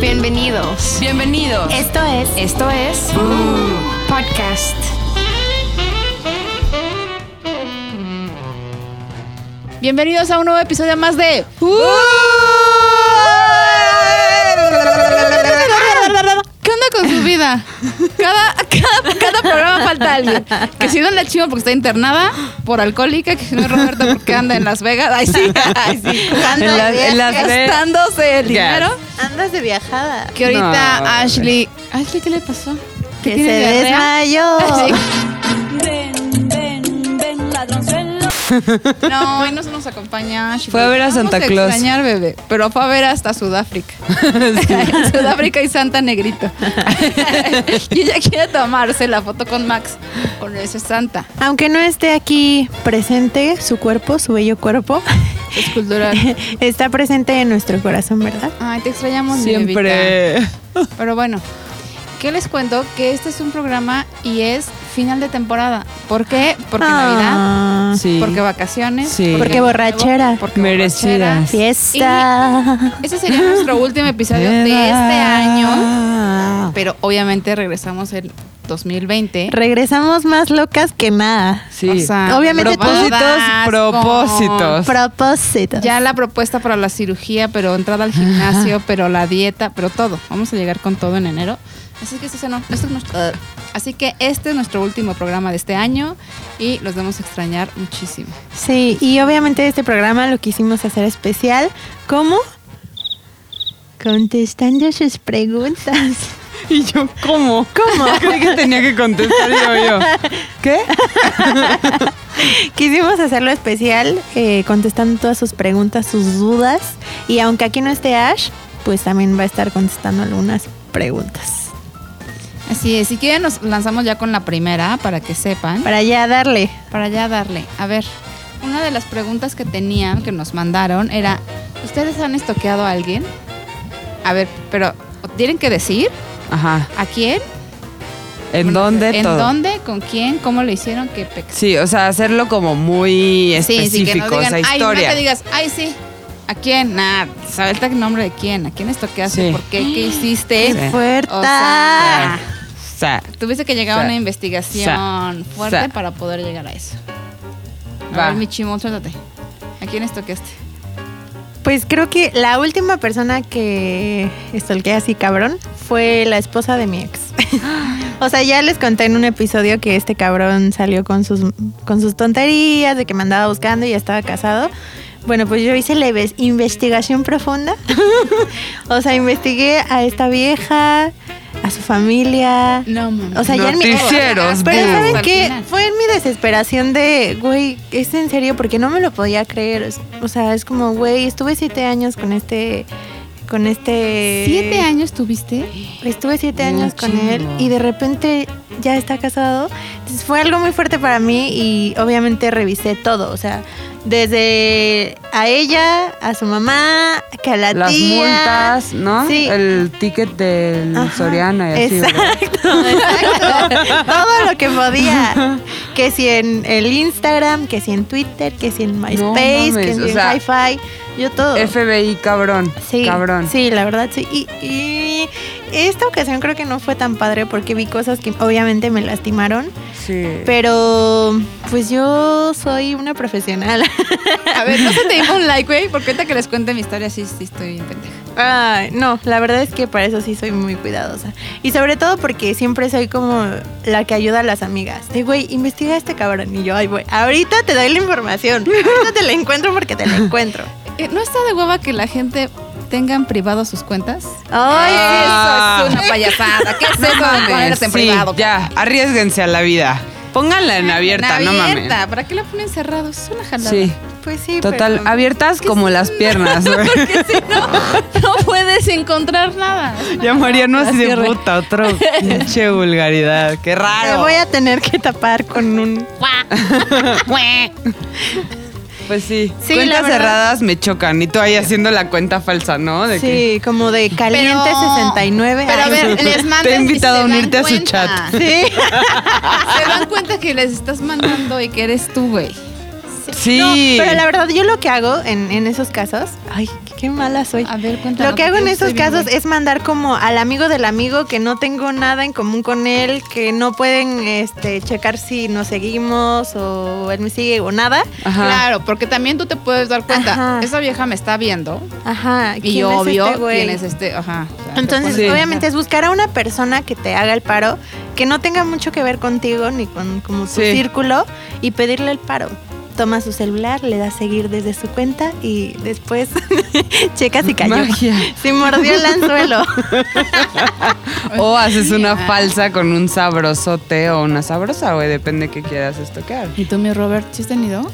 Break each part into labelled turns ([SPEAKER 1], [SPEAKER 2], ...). [SPEAKER 1] Bienvenidos.
[SPEAKER 2] Bienvenidos.
[SPEAKER 1] Esto es, esto es Boom Podcast.
[SPEAKER 2] Bienvenidos a un nuevo episodio más de
[SPEAKER 3] ¡Uh!
[SPEAKER 2] ¿Qué onda con su vida? Cada, cada, cada programa falta alguien. Que si no la chivo porque está internada por alcohólica, que si no es Roberto porque anda en Las Vegas. Ay, sí, ay, sí.
[SPEAKER 4] Anda
[SPEAKER 3] En las-
[SPEAKER 4] de
[SPEAKER 3] en las
[SPEAKER 4] viaje.
[SPEAKER 3] ve-
[SPEAKER 2] Gastándose el
[SPEAKER 3] Yes.
[SPEAKER 2] dinero.
[SPEAKER 4] Andas de viajada.
[SPEAKER 2] Que ahorita
[SPEAKER 3] No,
[SPEAKER 2] Ashley. ¿Ashley qué le pasó? ¿Qué
[SPEAKER 4] Que se
[SPEAKER 2] tiene diarrea?
[SPEAKER 4] desmayó.
[SPEAKER 2] Sí.
[SPEAKER 5] Ven, ven, ven, ladronzuelo.
[SPEAKER 2] No, hoy no se nos acompaña. Ashley.
[SPEAKER 3] Fue a ver a
[SPEAKER 2] Vamos
[SPEAKER 3] Santa Claus.
[SPEAKER 2] extrañar, bebé. Pero fue a ver hasta Sudáfrica. Sudáfrica y Santa Negrito. y ella quiere tomarse la foto con Max, con ese Santa.
[SPEAKER 4] Aunque no esté aquí presente su cuerpo, su bello cuerpo,
[SPEAKER 2] Es cultural.
[SPEAKER 4] está presente en nuestro corazón, ¿verdad?
[SPEAKER 2] Ay, te extrañamos, mi bebita.
[SPEAKER 3] Siempre.
[SPEAKER 2] Pero bueno, ¿qué les cuento? Que este es un programa y es final de temporada. ¿Por qué? Porque Navidad.
[SPEAKER 4] Ah,
[SPEAKER 3] Sí.
[SPEAKER 2] Porque vacaciones.
[SPEAKER 3] Sí.
[SPEAKER 4] Porque borrachera.
[SPEAKER 2] Porque
[SPEAKER 3] Merecidas.
[SPEAKER 2] borrachera.
[SPEAKER 4] Fiesta.
[SPEAKER 2] Ese sería nuestro último episodio de este año. Pero obviamente regresamos el 2020.
[SPEAKER 4] Regresamos más locas que nada.
[SPEAKER 3] Sí.
[SPEAKER 2] O sea,
[SPEAKER 4] Obviamente tú-
[SPEAKER 3] propósitos,
[SPEAKER 2] con-
[SPEAKER 3] propósitos.
[SPEAKER 4] Propósito.
[SPEAKER 2] Ya la propuesta para la cirugía, pero entrada al gimnasio, pero la dieta, pero todo. Vamos a llegar con todo en enero. Así que, este, no, este es nuestro, así que este es nuestro último programa de este año y los vamos a extrañar muchísimo.
[SPEAKER 4] Sí, y obviamente este programa lo quisimos hacer especial. ¿Cómo? Contestando sus preguntas.
[SPEAKER 3] Y yo, ¿cómo? ¿Cómo? Creí que tenía que contestar yo, yo. ¿Qué?
[SPEAKER 4] Quisimos hacerlo especial, eh, contestando todas sus preguntas, sus dudas. Y aunque aquí no esté Ash, pues también va a estar contestando algunas preguntas.
[SPEAKER 2] Así es, si quieren nos lanzamos ya con la primera para que sepan.
[SPEAKER 4] Para ya darle.
[SPEAKER 2] para ya darle. A ver, una de las preguntas que tenían, que nos mandaron, era, ¿ustedes han estoqueado a alguien? A ver, pero tienen que decir
[SPEAKER 3] Ajá.
[SPEAKER 2] a quién,
[SPEAKER 3] ¿En dónde
[SPEAKER 2] en
[SPEAKER 3] todo?
[SPEAKER 2] dónde, con quién, cómo lo hicieron, qué pex.
[SPEAKER 3] Sí, o sea, hacerlo como muy específico, esa
[SPEAKER 2] ay, no
[SPEAKER 3] historia.
[SPEAKER 2] que digas, ay, sí, ¿a quién? Nada, ¿sabes el nombre de quién? ¿A quién estoqueaste?
[SPEAKER 3] Sí.
[SPEAKER 2] ¿Por qué? ¿Qué hiciste?
[SPEAKER 4] ¡Qué
[SPEAKER 3] Sí.
[SPEAKER 4] fuerte!
[SPEAKER 2] O sea,
[SPEAKER 3] o sea,
[SPEAKER 2] tuviste que llegar "Ah". a
[SPEAKER 3] Sa-
[SPEAKER 2] una investigación
[SPEAKER 3] sa-
[SPEAKER 2] fuerte
[SPEAKER 3] sa-
[SPEAKER 2] para poder llegar a eso. A
[SPEAKER 3] Va.
[SPEAKER 2] ver, mi chimón, suéltate. ¿A quién estoqueaste?
[SPEAKER 4] Pues creo que la última persona que estolqué así cabrón fue la esposa de mi ex. o sea, ya les conté en un episodio que este cabrón salió con sus, con sus tonterías, de que me andaba buscando y ya estaba casado. Bueno, pues yo hice la inves- investigación profunda. o sea, investigué a esta vieja, a su familia.
[SPEAKER 2] No, mames.
[SPEAKER 4] O sea, ya en mi...
[SPEAKER 3] Noticieros,
[SPEAKER 4] Pero
[SPEAKER 3] Boo.
[SPEAKER 4] ¿saben qué? Fue en mi desesperación de, güey, es en serio, porque no me lo podía creer. Es- O sea, es como, güey, estuve siete años con este, con este...
[SPEAKER 2] ¿Siete años tuviste?
[SPEAKER 4] Estuve siete
[SPEAKER 3] Un
[SPEAKER 4] años con él
[SPEAKER 3] chingo.
[SPEAKER 4] y de repente ya está casado. Entonces fue algo muy fuerte para mí y obviamente revisé todo, o sea, desde a ella, a su mamá, que a la
[SPEAKER 3] las
[SPEAKER 4] tía.
[SPEAKER 3] multas, ¿no?
[SPEAKER 4] Sí.
[SPEAKER 3] El ticket del
[SPEAKER 4] Ajá.
[SPEAKER 3] Soriana y así. ¿verdad?
[SPEAKER 4] Exacto, exacto. Todo lo que podía. Que si en el Instagram, que si en Twitter, que si en MySpace,
[SPEAKER 3] mames,
[SPEAKER 4] que si
[SPEAKER 3] o
[SPEAKER 4] en
[SPEAKER 3] sea,
[SPEAKER 4] Hi-Fi, yo todo.
[SPEAKER 3] FBI, cabrón.
[SPEAKER 4] Sí,
[SPEAKER 3] Cabrón.
[SPEAKER 4] sí, la verdad sí. Y, y esta ocasión creo que no fue tan padre porque vi cosas que obviamente me lastimaron,
[SPEAKER 3] Sí.
[SPEAKER 4] pero pues yo soy una profesional.
[SPEAKER 2] A ver, no se te dio un like, güey, porque ahorita que les cuente mi historia sí, sí estoy bien pendeja.
[SPEAKER 4] Ay, no, la verdad es que para eso sí soy muy cuidadosa. Y sobre todo porque siempre soy como la que ayuda a las amigas. De güey, investiga a este cabrón. Y yo, ay, güey, ahorita te doy la información. Ahorita te la encuentro porque te la encuentro.
[SPEAKER 2] Eh, ¿No está de hueva que la gente tenga en privado sus cuentas?
[SPEAKER 4] Ay,
[SPEAKER 3] Ah.
[SPEAKER 2] Eso es una payasada. ¿Qué es eso de
[SPEAKER 3] mames,
[SPEAKER 2] ponerte en
[SPEAKER 3] sí,
[SPEAKER 2] privado?
[SPEAKER 3] Ya, arriesguense a la vida. Pónganla en abierta,
[SPEAKER 2] En
[SPEAKER 3] no mames.
[SPEAKER 2] abierta, ¿Para qué la ponen cerrado? Es una jalada.
[SPEAKER 3] Sí,
[SPEAKER 4] pues sí.
[SPEAKER 3] total,
[SPEAKER 4] pero-
[SPEAKER 3] abiertas como las piernas. güey.
[SPEAKER 2] Porque si no, no puedes encontrar nada. Es una
[SPEAKER 3] ya Mariano
[SPEAKER 2] jalada
[SPEAKER 3] así
[SPEAKER 2] que la
[SPEAKER 3] de
[SPEAKER 2] cierre.
[SPEAKER 3] puta, otro pinche vulgaridad. Qué
[SPEAKER 4] Te
[SPEAKER 3] raro.
[SPEAKER 4] voy a tener que tapar con un...
[SPEAKER 3] Pues sí,
[SPEAKER 4] Sí, la
[SPEAKER 3] cuentas
[SPEAKER 4] verdad.
[SPEAKER 3] cerradas me chocan. Y tú ahí haciendo la cuenta falsa, ¿no? De que-
[SPEAKER 4] Sí, como de caliente
[SPEAKER 2] Pero-
[SPEAKER 4] 69.
[SPEAKER 2] Pero a
[SPEAKER 4] Ay,
[SPEAKER 2] ver, les mando.
[SPEAKER 3] Te he invitado a unirte a su chat.
[SPEAKER 4] Sí.
[SPEAKER 2] Se dan cuenta que les estás mandando y que eres tú, güey.
[SPEAKER 3] Sí.
[SPEAKER 4] No, pero la verdad, yo lo que hago en, en esos casos. Ay, qué- qué mala soy.
[SPEAKER 2] A ver, cuéntanos.
[SPEAKER 4] Lo que hago en
[SPEAKER 2] porque
[SPEAKER 4] esos
[SPEAKER 2] estoy bien
[SPEAKER 4] casos
[SPEAKER 2] güey.
[SPEAKER 4] es mandar como al amigo del amigo que no tengo nada en común con él, que no pueden este, checar si nos seguimos o él me sigue o nada.
[SPEAKER 3] Ajá.
[SPEAKER 2] Claro, porque también tú te puedes dar cuenta,
[SPEAKER 4] Ajá.
[SPEAKER 2] esa vieja me está viendo
[SPEAKER 4] Ajá. ¿quién
[SPEAKER 2] y
[SPEAKER 4] es
[SPEAKER 2] obvio
[SPEAKER 4] este güey?
[SPEAKER 2] quién es este, ajá. o sea, te
[SPEAKER 4] Entonces,
[SPEAKER 2] pones-
[SPEAKER 3] Sí.
[SPEAKER 4] obviamente es buscar a una persona que te haga el paro, que no tenga mucho que ver contigo ni con como tu
[SPEAKER 3] Sí.
[SPEAKER 4] círculo y pedirle el paro. Toma su celular, le da a seguir desde su cuenta y después checa si cayó.
[SPEAKER 3] Magia.
[SPEAKER 4] Si mordió el anzuelo.
[SPEAKER 3] O haces una
[SPEAKER 4] Ah.
[SPEAKER 3] falsa con un sabrosote o una sabrosa, güey. Depende qué quieras estoquear.
[SPEAKER 2] ¿Y tú, mi Robert, sí has tenido?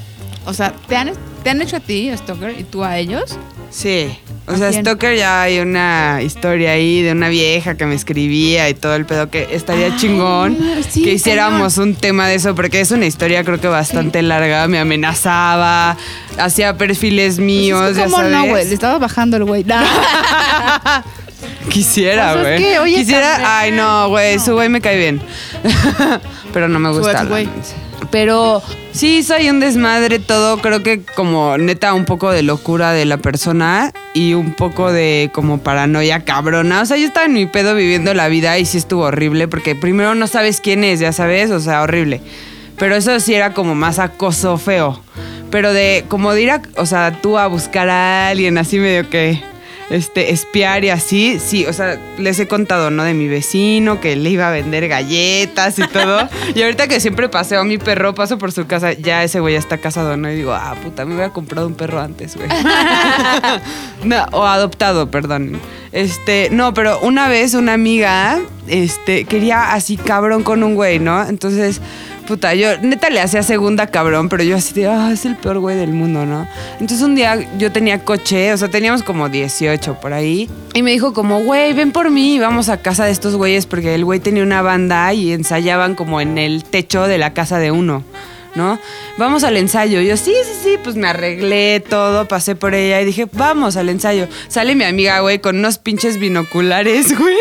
[SPEAKER 2] O sea, ¿te han, te han hecho a ti, Stalker, y tú a ellos?
[SPEAKER 3] Sí. O sea,
[SPEAKER 2] También.
[SPEAKER 3] Stoker ya hay una historia ahí de una vieja que me escribía y todo el pedo que estaría
[SPEAKER 2] Ay,
[SPEAKER 3] chingón
[SPEAKER 2] no, sí,
[SPEAKER 3] que hiciéramos un tema de eso porque es una historia creo que bastante larga, me amenazaba, hacía perfiles míos, ya
[SPEAKER 2] Pues ¿Cómo
[SPEAKER 3] sabes.
[SPEAKER 2] no, güey? Pues Le estaba bajando el güey. No.
[SPEAKER 3] Quisiera,
[SPEAKER 4] Pues
[SPEAKER 3] güey.
[SPEAKER 4] es que, oye,
[SPEAKER 3] Quisiera,
[SPEAKER 4] también-
[SPEAKER 3] ay no, güey, su güey me cae bien. Pero no me
[SPEAKER 2] Su
[SPEAKER 3] gusta.
[SPEAKER 2] ex,
[SPEAKER 3] la
[SPEAKER 2] güey.
[SPEAKER 3] neta. Pero sí, soy un desmadre todo, creo que como neta un poco de locura de la persona y un poco de como paranoia cabrona. O sea, yo estaba en mi pedo viviendo la vida y sí estuvo horrible porque primero no sabes quién es, ya sabes, o sea, horrible. Pero eso sí era como más acoso feo. Pero de como de ir a, o sea, tú a buscar a alguien así medio que este, espiar y así, sí, o sea, les he contado, ¿no? De mi vecino que le iba a vender galletas y todo. y ahorita que siempre paseo a mi perro, paso por su casa, ya ese güey ya está casado, ¿no? Y digo, ah, puta, me hubiera comprado un perro antes, güey. No, o adoptado, perdón. Este, no, pero una vez una amiga, este, quería así cabrón con un güey, ¿no? Entonces, puta, yo neta le hacía segunda cabrón, pero yo así de, ah, es el peor güey del mundo, ¿no? Entonces un día yo tenía coche, o sea, teníamos como 18 por ahí, y me dijo como, güey, ven por mí, y vamos a casa de estos güeyes, porque el güey tenía una banda y ensayaban como en el techo de la casa de uno. ¿no? Vamos al ensayo. Yo, sí, sí, sí, pues me arreglé todo, pasé por ella y dije, vamos al ensayo. Sale mi amiga, güey, con unos pinches binoculares, güey.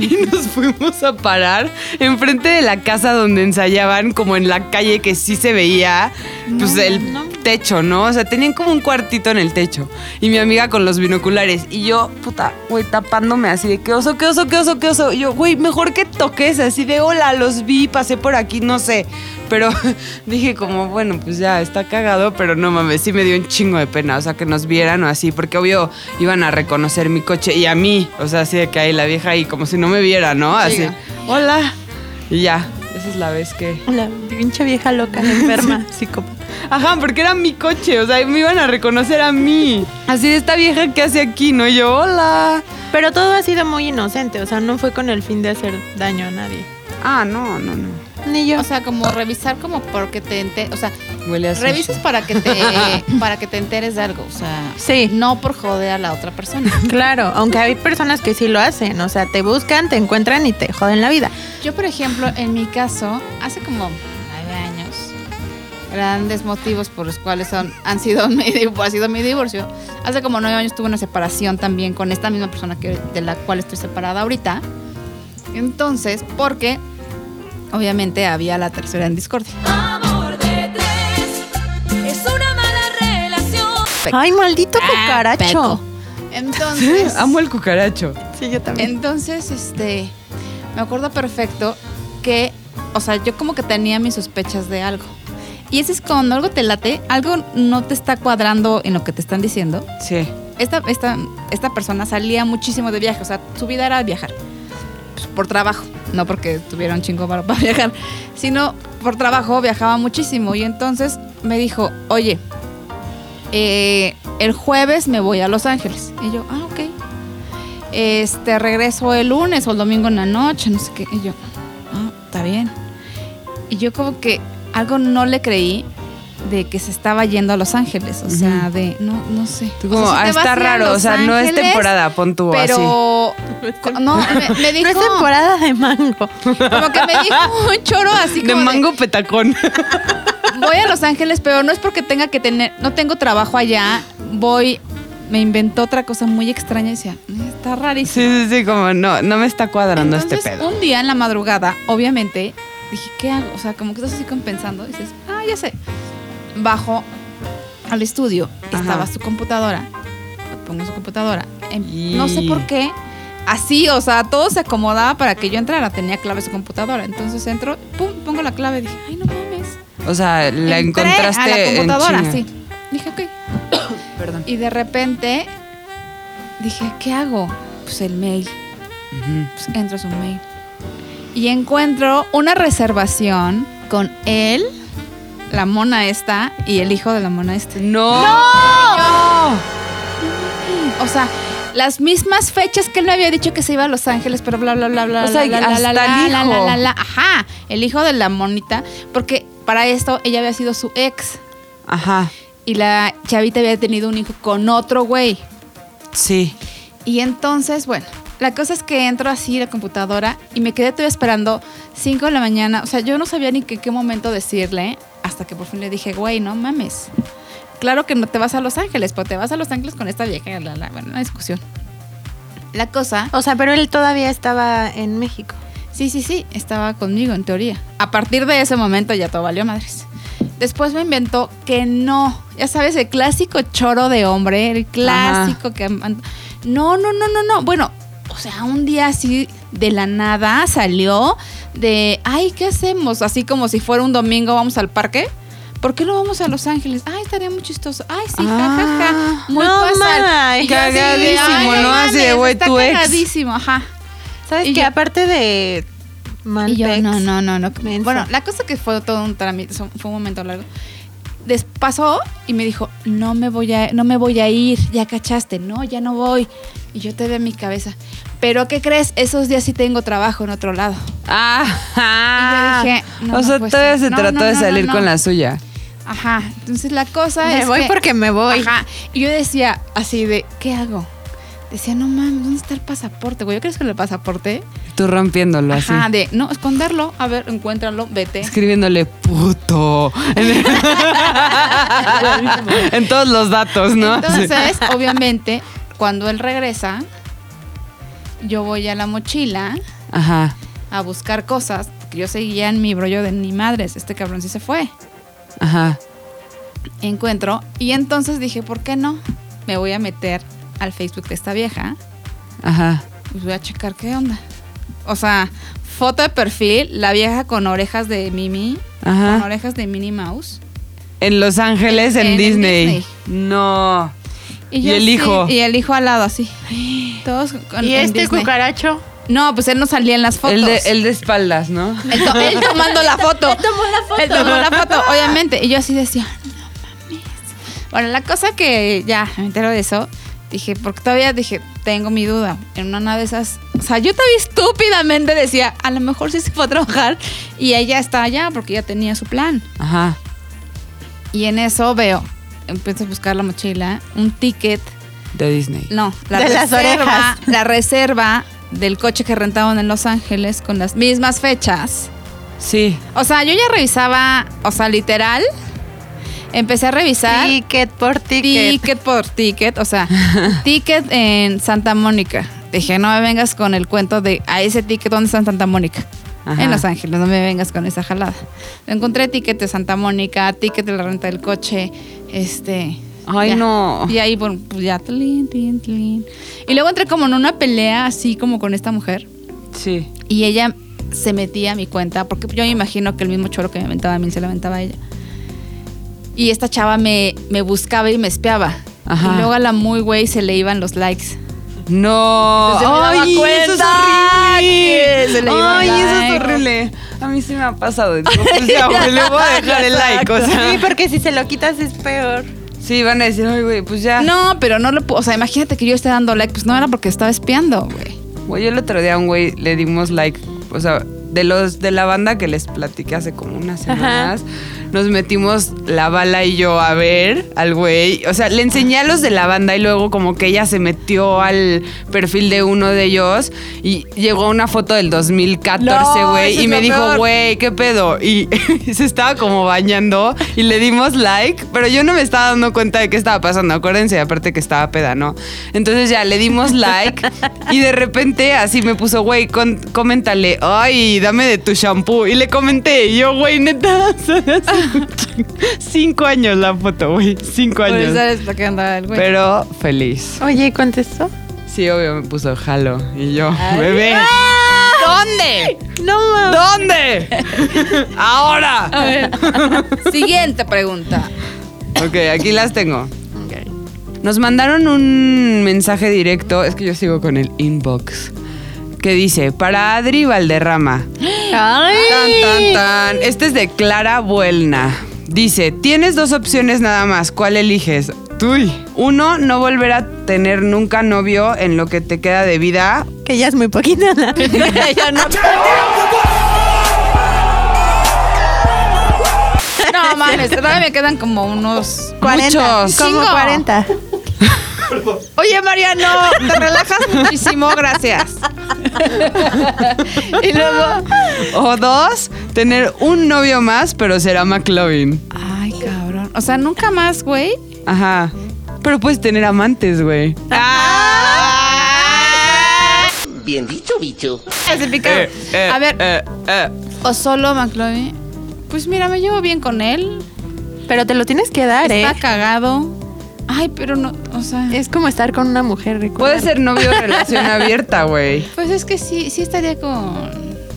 [SPEAKER 3] Y nos fuimos a parar enfrente de la casa donde ensayaban, como en la calle que sí se veía, pues el techo, ¿no? O sea, tenían como un cuartito en el techo. Y mi amiga con los binoculares. Y yo, puta, güey, tapándome así de, qué oso, qué oso, qué oso, qué oso. Y yo, güey, mejor que toques así de, hola, los vi, pasé por aquí, no sé. Pero dije como, bueno, pues ya está cagado, pero no mames, sí me dio un chingo de pena, o sea, que nos vieran o así, porque obvio iban a reconocer mi coche y a mí, o sea, así de que ahí la vieja ahí como si no me viera, ¿no? Así,
[SPEAKER 2] Llega.
[SPEAKER 3] hola. Y ya, esa es la vez que...
[SPEAKER 4] La pinche vieja loca, enferma, psicópata.
[SPEAKER 3] Ajá, porque era mi coche, o sea, me iban a reconocer a mí. Así de esta vieja que hace aquí, ¿no? Y yo, hola.
[SPEAKER 4] Pero todo ha sido muy inocente, o sea, no fue con el fin de hacer daño a nadie.
[SPEAKER 3] Ah, no, no, no.
[SPEAKER 4] Ni yo.
[SPEAKER 2] O sea, como revisar como porque te ente- o sea,
[SPEAKER 3] Huele a sushi.
[SPEAKER 2] revisas para que te para que te enteres de algo, o sea,
[SPEAKER 4] Sí.
[SPEAKER 2] no por joder a la otra persona.
[SPEAKER 4] claro, aunque hay personas que sí lo hacen, o sea, te buscan, te encuentran y te joden la vida.
[SPEAKER 2] Yo, por ejemplo, en mi caso, hace como nueve años, grandes motivos por los cuales son, han sido mi, div- ha sido mi divorcio. Hace como nueve años tuve una separación también con esta misma persona que, de la cual estoy separada ahorita. Entonces, porque obviamente había la tercera en discordia.
[SPEAKER 5] Amor de tres es una mala relación.
[SPEAKER 4] Ay, maldito
[SPEAKER 2] Ah,
[SPEAKER 4] cucaracho.
[SPEAKER 2] Peco. Entonces,
[SPEAKER 3] Amo el cucaracho.
[SPEAKER 4] Sí, yo también.
[SPEAKER 2] Entonces, este, me acuerdo perfecto que, o sea, yo como que tenía mis sospechas de algo. Y ese es cuando algo te late, algo no te está cuadrando en lo que te están diciendo.
[SPEAKER 3] Sí.
[SPEAKER 2] Esta, esta, esta persona salía muchísimo de viaje, o sea, su vida era viajar. Pues, por trabajo, no porque tuviera un chingo para, para viajar, sino por trabajo viajaba muchísimo. Y entonces me dijo, oye, eh, el jueves me voy a Los Ángeles. Y yo, ah, ok. Este, regreso el lunes o el domingo en la noche, no sé qué. Y yo, ah, está bien. Y yo como que algo no le creí de que se estaba yendo a Los Ángeles. O sea, de, no, no sé.
[SPEAKER 3] Tú
[SPEAKER 2] O
[SPEAKER 3] como,
[SPEAKER 2] sea, si
[SPEAKER 3] ah,
[SPEAKER 2] te vas
[SPEAKER 3] está
[SPEAKER 2] a ir a
[SPEAKER 3] raro, o
[SPEAKER 2] Los
[SPEAKER 3] sea, no es
[SPEAKER 2] Ángeles,
[SPEAKER 3] temporada, pon tu así.
[SPEAKER 2] Pero, co- no, me, me
[SPEAKER 4] No
[SPEAKER 2] dijo,
[SPEAKER 4] es temporada de mango.
[SPEAKER 2] como que me dijo un choro así como
[SPEAKER 3] De mango petacón.
[SPEAKER 2] voy a Los Ángeles, pero no es porque tenga que tener, no tengo trabajo allá, voy, me inventó otra cosa muy extraña y decía, está rarísimo.
[SPEAKER 3] Sí, sí, sí, como no, no me está cuadrando
[SPEAKER 2] Entonces,
[SPEAKER 3] este pedo.
[SPEAKER 2] un día en la madrugada, obviamente, dije, ¿qué hago? O sea, como que estás así como pensando, dices, ah, ya sé. bajo al estudio,
[SPEAKER 3] Ajá.
[SPEAKER 2] estaba su computadora. Pongo su computadora. Em,
[SPEAKER 3] Y-
[SPEAKER 2] No sé por qué. Así, o sea, todo se acomodaba para que yo entrara. Tenía clave su computadora. Entonces entro, pum, pongo la clave. Dije, ay, no mames.
[SPEAKER 3] O sea, la
[SPEAKER 2] Entré
[SPEAKER 3] encontraste
[SPEAKER 2] a la computadora,
[SPEAKER 3] en
[SPEAKER 2] sí.
[SPEAKER 3] chinga.
[SPEAKER 2] Dije, ok.
[SPEAKER 3] Perdón.
[SPEAKER 2] Y de repente dije, ¿qué hago? Pues el mail.
[SPEAKER 3] Ujú.
[SPEAKER 2] Pues entro a su mail. Y encuentro una reservación con él, la mona esta y el hijo de la mona esta.
[SPEAKER 3] No.
[SPEAKER 2] O sea, las mismas fechas que él me había dicho que se iba a Los Ángeles, pero bla, bla, bla, bla.
[SPEAKER 3] O sea,
[SPEAKER 2] bla, bla, bla,
[SPEAKER 3] hasta el
[SPEAKER 2] bla,
[SPEAKER 3] hijo.
[SPEAKER 2] bla, bla, bla. Ajá, el hijo de la monita, porque para esto ella había sido su ex
[SPEAKER 3] Ajá.
[SPEAKER 2] y la chavita había tenido un hijo con otro güey.
[SPEAKER 3] Sí.
[SPEAKER 2] Y entonces, bueno, la cosa es que entro así a la computadora y me quedé todavía esperando 5 de la mañana. O sea, yo no sabía ni que- qué momento decirle hasta que por fin le dije, güey, no mames. Claro que no te vas a Los Ángeles, pues te vas a Los Ángeles con esta vieja. la, la, bueno, una discusión. La cosa,
[SPEAKER 4] O sea, pero él todavía estaba en México.
[SPEAKER 2] sí, sí, sí, estaba conmigo en teoría. A partir de ese momento ya todo valió madres. Después me inventó que no, ya sabes, el clásico choro de hombre, el clásico que... an- No, no, no, no, no. Bueno, o sea, un día así de la nada salió de, ay, ¿qué hacemos? Así como si fuera un domingo, vamos al parque. ¿Por qué no vamos a Los Ángeles? Ay, estaría muy chistoso. Ay, sí, jajaja.
[SPEAKER 3] Ah,
[SPEAKER 2] Muy
[SPEAKER 4] no
[SPEAKER 2] casual.
[SPEAKER 4] mames.
[SPEAKER 2] Y yo así de,
[SPEAKER 3] Cagadísimo,
[SPEAKER 2] "Ay,
[SPEAKER 3] ¿no? Así de,
[SPEAKER 2] mames,
[SPEAKER 3] güey,
[SPEAKER 2] está
[SPEAKER 3] tu ex".
[SPEAKER 2] Cagadísimo, ajá.
[SPEAKER 4] ¿Sabes
[SPEAKER 2] Y
[SPEAKER 4] qué?
[SPEAKER 2] yo-
[SPEAKER 4] Aparte de
[SPEAKER 2] Y yo,
[SPEAKER 4] Mantex,
[SPEAKER 2] no, no, no, no.
[SPEAKER 4] Mensa.
[SPEAKER 2] Bueno, la cosa que fue todo un trámite, so- fue un momento largo. Des- pasó y me dijo, no me voy a, no me voy a ir, ya cachaste, no, ya no voy. Y yo te veo en mi cabeza. Pero ¿qué crees? Esos días sí tengo trabajo en otro lado.
[SPEAKER 3] Ajá.
[SPEAKER 2] Y yo dije, no,
[SPEAKER 3] o sea,
[SPEAKER 2] no puede
[SPEAKER 3] todavía
[SPEAKER 2] ser.
[SPEAKER 3] se
[SPEAKER 2] No,
[SPEAKER 3] trató
[SPEAKER 2] no,
[SPEAKER 3] de
[SPEAKER 2] no,
[SPEAKER 3] salir
[SPEAKER 2] no, no.
[SPEAKER 3] con la suya.
[SPEAKER 2] Ajá. Entonces la cosa
[SPEAKER 4] Me
[SPEAKER 2] es
[SPEAKER 4] voy
[SPEAKER 2] que-
[SPEAKER 4] porque me voy.
[SPEAKER 2] Ajá. Y yo decía así de, ¿qué hago? Decía, no mames, ¿dónde está el pasaporte? Güey, ¿yo crees que el pasaporte?
[SPEAKER 3] Tú rompiéndolo
[SPEAKER 2] Ajá,
[SPEAKER 3] así.
[SPEAKER 2] de, no, esconderlo, a ver, encuéntralo, vete.
[SPEAKER 3] Escribiéndole puto. en todos los datos, Pues ¿no?
[SPEAKER 2] Entonces, obviamente, cuando él regresa, yo voy a la mochila
[SPEAKER 3] Ajá.
[SPEAKER 2] a buscar cosas. Que yo seguía en mi brollo de ni madres. Este cabrón sí se fue.
[SPEAKER 3] Ajá.
[SPEAKER 2] Encuentro. Y entonces dije, ¿por qué no? Me voy a meter al Facebook de esta vieja.
[SPEAKER 3] Ajá.
[SPEAKER 2] Pues voy a checar qué onda. O sea, foto de perfil, la vieja con orejas de Mimi, con
[SPEAKER 3] Ajá.
[SPEAKER 2] orejas de Minnie Mouse.
[SPEAKER 3] En Los Ángeles,
[SPEAKER 2] En-
[SPEAKER 3] en,
[SPEAKER 2] en
[SPEAKER 3] Disney.
[SPEAKER 2] Disney.
[SPEAKER 3] No. Y
[SPEAKER 2] yo
[SPEAKER 3] el
[SPEAKER 2] así-
[SPEAKER 3] hijo.
[SPEAKER 2] Y el hijo al lado, así. Todos con-
[SPEAKER 4] Y
[SPEAKER 2] en
[SPEAKER 4] este
[SPEAKER 2] Disney.
[SPEAKER 4] cucaracho.
[SPEAKER 2] No, pues él no salía en las fotos.
[SPEAKER 3] El de, el de espaldas, ¿no?
[SPEAKER 2] Él, to- él tomando la foto. Él tomó la foto. obviamente. Y yo así decía, no mames. Bueno, la cosa que ya me entero de eso, dije, porque todavía dije, tengo mi duda. En una de esas, o sea, yo todavía estúpidamente decía, a lo mejor sí se fue a trabajar y ella está allá porque ya tenía su plan.
[SPEAKER 3] Ajá.
[SPEAKER 2] Y en eso veo, empiezo a buscar la mochila, un ticket,
[SPEAKER 3] De Disney.
[SPEAKER 2] no, la
[SPEAKER 4] De las
[SPEAKER 2] reserva,
[SPEAKER 4] orejas.
[SPEAKER 2] la reserva del coche que rentaban en Los Ángeles con las mismas fechas.
[SPEAKER 3] Sí.
[SPEAKER 2] O sea, yo ya revisaba, o sea, literal, empecé a revisar
[SPEAKER 4] Ticket por
[SPEAKER 2] ticket.
[SPEAKER 4] ticket.
[SPEAKER 2] por ticket, o sea, ticket en Santa Mónica. Dije, no me vengas con el cuento de a ese ticket, ¿dónde está en Santa Mónica?
[SPEAKER 3] Ajá.
[SPEAKER 2] En Los Ángeles, no me vengas con esa jalada. Encontré ticket de Santa Mónica, ticket de la renta del coche, este...
[SPEAKER 3] Ay,
[SPEAKER 2] ya.
[SPEAKER 3] no.
[SPEAKER 2] Y ahí, bueno, pues ya, tlin, tlin, tlin. Y luego entré como en una pelea así como con esta mujer.
[SPEAKER 3] Sí.
[SPEAKER 2] Y ella se metía a mi cuenta, porque yo me imagino que el mismo choro que me aventaba a mí se lo aventaba a ella. Y esta chava me, me buscaba y me espiaba.
[SPEAKER 3] Ajá.
[SPEAKER 2] Y luego a la muy güey se le iban los likes.
[SPEAKER 3] No.
[SPEAKER 2] Entonces me daba
[SPEAKER 3] Ay, eso es
[SPEAKER 2] cuenta que
[SPEAKER 3] horrible.
[SPEAKER 2] se le iba
[SPEAKER 3] Ay,
[SPEAKER 2] el
[SPEAKER 3] eso
[SPEAKER 2] like.
[SPEAKER 3] es horrible. A mí sí me ha pasado. Digo, pues ya, güey, le voy a dejar el like. O
[SPEAKER 4] Sí,
[SPEAKER 3] sea,
[SPEAKER 4] porque si se lo quitas es peor.
[SPEAKER 3] sí, van a decir, ay, güey, pues
[SPEAKER 6] Ah.
[SPEAKER 3] ya.
[SPEAKER 2] No, pero no lo puedo. O sea, imagínate que yo esté dando like. Pues no era porque estaba espiando, güey.
[SPEAKER 3] Güey, el otro día a un güey le dimos like, o sea, de los de la banda que les platiqué hace como unas semanas, nos metimos la bala y yo a ver al güey, o sea, le enseñé a los de la banda y luego como que ella se metió al perfil de uno de ellos y llegó una foto del 2014,
[SPEAKER 4] No,
[SPEAKER 3] güey,
[SPEAKER 4] eso
[SPEAKER 3] y
[SPEAKER 4] es
[SPEAKER 3] me
[SPEAKER 4] lo
[SPEAKER 3] dijo,
[SPEAKER 4] peor.
[SPEAKER 3] güey, qué pedo, y se estaba como bañando y le dimos like, pero yo no me estaba dando cuenta de qué estaba pasando, acuérdense, aparte que estaba peda, ¿no? Entonces ya le dimos like y de repente así me puso, güey, con- coméntale, ay, dame de tu shampoo. Y le comenté, y yo, güey, neta, o sea, hace un chingo. cinco años la foto, güey, cinco
[SPEAKER 6] Pues,
[SPEAKER 4] Pues,
[SPEAKER 6] Por eso
[SPEAKER 3] años.
[SPEAKER 6] es lo que andaba el güey.
[SPEAKER 3] Pero feliz.
[SPEAKER 4] Oye, contestó.
[SPEAKER 3] Sí, obvio, me puso jalo. Y yo, bebé,
[SPEAKER 6] ¿Dónde?
[SPEAKER 4] No mames.
[SPEAKER 3] ¿dónde? Ahora.
[SPEAKER 6] A ver. Siguiente pregunta.
[SPEAKER 3] Ok, aquí las tengo. Nos mandaron un mensaje directo, es que yo sigo con el inbox, que dice, para Adri Valderrama. Tan, tan, tan. Este es de Clara Buelna. Dice, tienes dos opciones nada más, ¿cuál eliges? Tuy. Uno, no volver a tener nunca novio en lo que te queda de vida.
[SPEAKER 4] Que ya es muy poquita. ¿no?
[SPEAKER 6] Ya no. No mames, todavía me quedan como unos.
[SPEAKER 4] 40.
[SPEAKER 3] Muchos.
[SPEAKER 4] Como
[SPEAKER 6] Chingo.
[SPEAKER 4] 40.
[SPEAKER 6] Oye, Mariano, te relajas muchísimo, gracias. Y luego.
[SPEAKER 3] O dos, tener un novio más, pero será McLovin.
[SPEAKER 2] Ay, cabrón. O sea, nunca más, güey.
[SPEAKER 3] Ajá. Pero puedes tener amantes, güey.
[SPEAKER 6] Ah.
[SPEAKER 7] Bien dicho, bicho.
[SPEAKER 2] Ese picado.
[SPEAKER 3] Eh, eh,
[SPEAKER 2] Ah, a ver,
[SPEAKER 3] eh, eh.
[SPEAKER 2] o solo McLovin. Pues mira, me llevo bien con él.
[SPEAKER 4] Pero te lo tienes que dar, ¿eh?
[SPEAKER 2] Está cagado. Ay, pero no, o sea.
[SPEAKER 4] Es como estar con una mujer,
[SPEAKER 3] Puede
[SPEAKER 4] recuerda.
[SPEAKER 3] ser novio relación abierta, güey.
[SPEAKER 2] Pues es que sí, sí estaría con,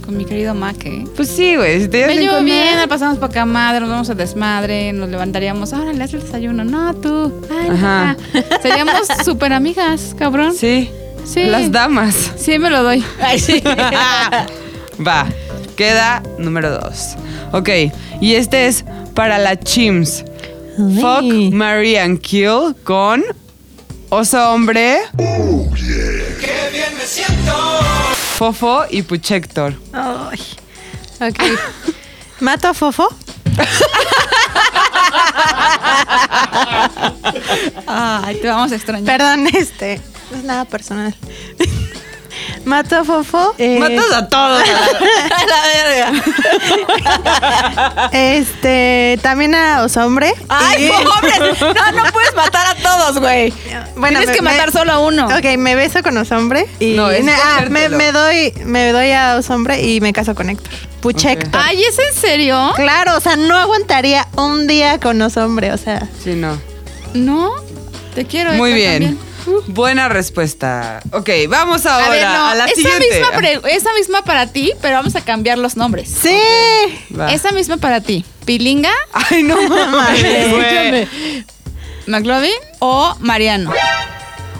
[SPEAKER 2] con mi querido Mac, ¿eh?
[SPEAKER 3] Pues sí, güey. Si te
[SPEAKER 2] Me
[SPEAKER 3] llevas bien
[SPEAKER 2] llevo
[SPEAKER 3] con
[SPEAKER 2] bien, la
[SPEAKER 3] él.
[SPEAKER 2] pasamos para acá madre, nos vamos a desmadre, nos levantaríamos, ahora le haces el desayuno, no tú, ay,
[SPEAKER 3] Ajá.
[SPEAKER 2] ajá. Seríamos súper amigas, cabrón. Sí.
[SPEAKER 3] Sí. Las damas.
[SPEAKER 2] Sí, me lo doy.
[SPEAKER 3] Va. Queda número dos. Ok. Y este es para la Chims.
[SPEAKER 4] Ay.
[SPEAKER 3] Fuck, marry and kill con oso hombre. Fofo y Puchector.
[SPEAKER 4] Ay. Ok. ¿Mato a Fofo?
[SPEAKER 2] Ay, te vamos a extrañar.
[SPEAKER 4] Perdón, este. No es nada personal. ¿Mato a Fofo? eh,
[SPEAKER 3] Matas a todos.
[SPEAKER 4] Este. También a Osombre.
[SPEAKER 6] ¡Ay,
[SPEAKER 4] Y-
[SPEAKER 6] pobres! No, no puedes matar a todos, güey.
[SPEAKER 4] Bueno,
[SPEAKER 6] Tienes
[SPEAKER 4] me-
[SPEAKER 6] que matar
[SPEAKER 4] me-
[SPEAKER 6] solo a uno.
[SPEAKER 4] Ok, me beso con Osombre. Y
[SPEAKER 3] No, es
[SPEAKER 4] me, ah, me,
[SPEAKER 3] cogértelo.
[SPEAKER 4] me doy, me doy a Osombre y me caso con Héctor. Puchector.
[SPEAKER 2] Ay, ¿es en serio?
[SPEAKER 4] Claro, o sea, no aguantaría un día con Osombre, o sea.
[SPEAKER 3] Sí, no.
[SPEAKER 2] No, te quiero.
[SPEAKER 3] Muy
[SPEAKER 2] Héctor,
[SPEAKER 3] bien.
[SPEAKER 2] también.
[SPEAKER 3] Buena respuesta. Ok, vamos
[SPEAKER 2] A
[SPEAKER 3] ahora a,
[SPEAKER 2] ver, no,
[SPEAKER 3] la
[SPEAKER 2] esa,
[SPEAKER 3] siguiente.
[SPEAKER 2] Misma pre- esa misma para ti, pero vamos a cambiar los nombres.
[SPEAKER 4] ¡Sí!
[SPEAKER 3] Va.
[SPEAKER 2] Esa misma para ti, Pilinga,
[SPEAKER 3] Ay, no mames, güey.
[SPEAKER 2] McLovin o Mariano.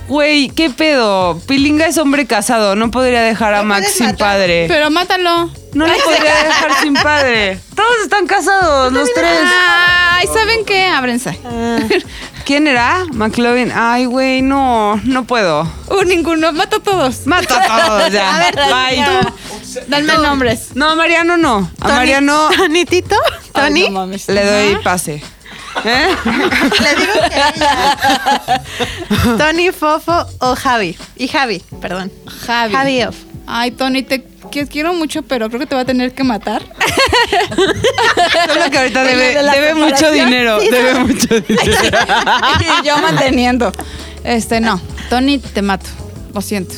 [SPEAKER 3] Güey, ¿qué pedo? Pilinga es hombre casado, no podría dejar a Max sin padre.
[SPEAKER 2] Pero mátalo.
[SPEAKER 3] No lo podría dejar sin padre. Todos están casados, los tres.
[SPEAKER 2] Ay, ¿saben qué? Ábrense.
[SPEAKER 4] Ah.
[SPEAKER 3] ¿Quién era? McLovin. Ay, güey, no, no puedo.
[SPEAKER 2] Uh, ninguno, mata a todos.
[SPEAKER 3] Mata a todos ya. Bye.
[SPEAKER 2] Dame nombres.
[SPEAKER 3] No, a Mariano no. A
[SPEAKER 4] Tony-
[SPEAKER 3] Mariano
[SPEAKER 4] ¿Tonitito? ¿Tony?
[SPEAKER 2] Ay, no mames.
[SPEAKER 3] le doy pase. ¿Eh?
[SPEAKER 4] Le digo que ella. Tony, Fofo o Javi. Y Javi, perdón.
[SPEAKER 2] Javi.
[SPEAKER 4] Javi off.
[SPEAKER 2] Ay, Tony, te que- quiero mucho, pero creo que te va a tener que matar.
[SPEAKER 3] Solo que ahorita debe,
[SPEAKER 6] de la
[SPEAKER 3] debe mucho
[SPEAKER 6] separación.
[SPEAKER 3] dinero. Debe mucho dinero.
[SPEAKER 2] y yo manteniendo. Este, no. Tony, te mato. Lo siento.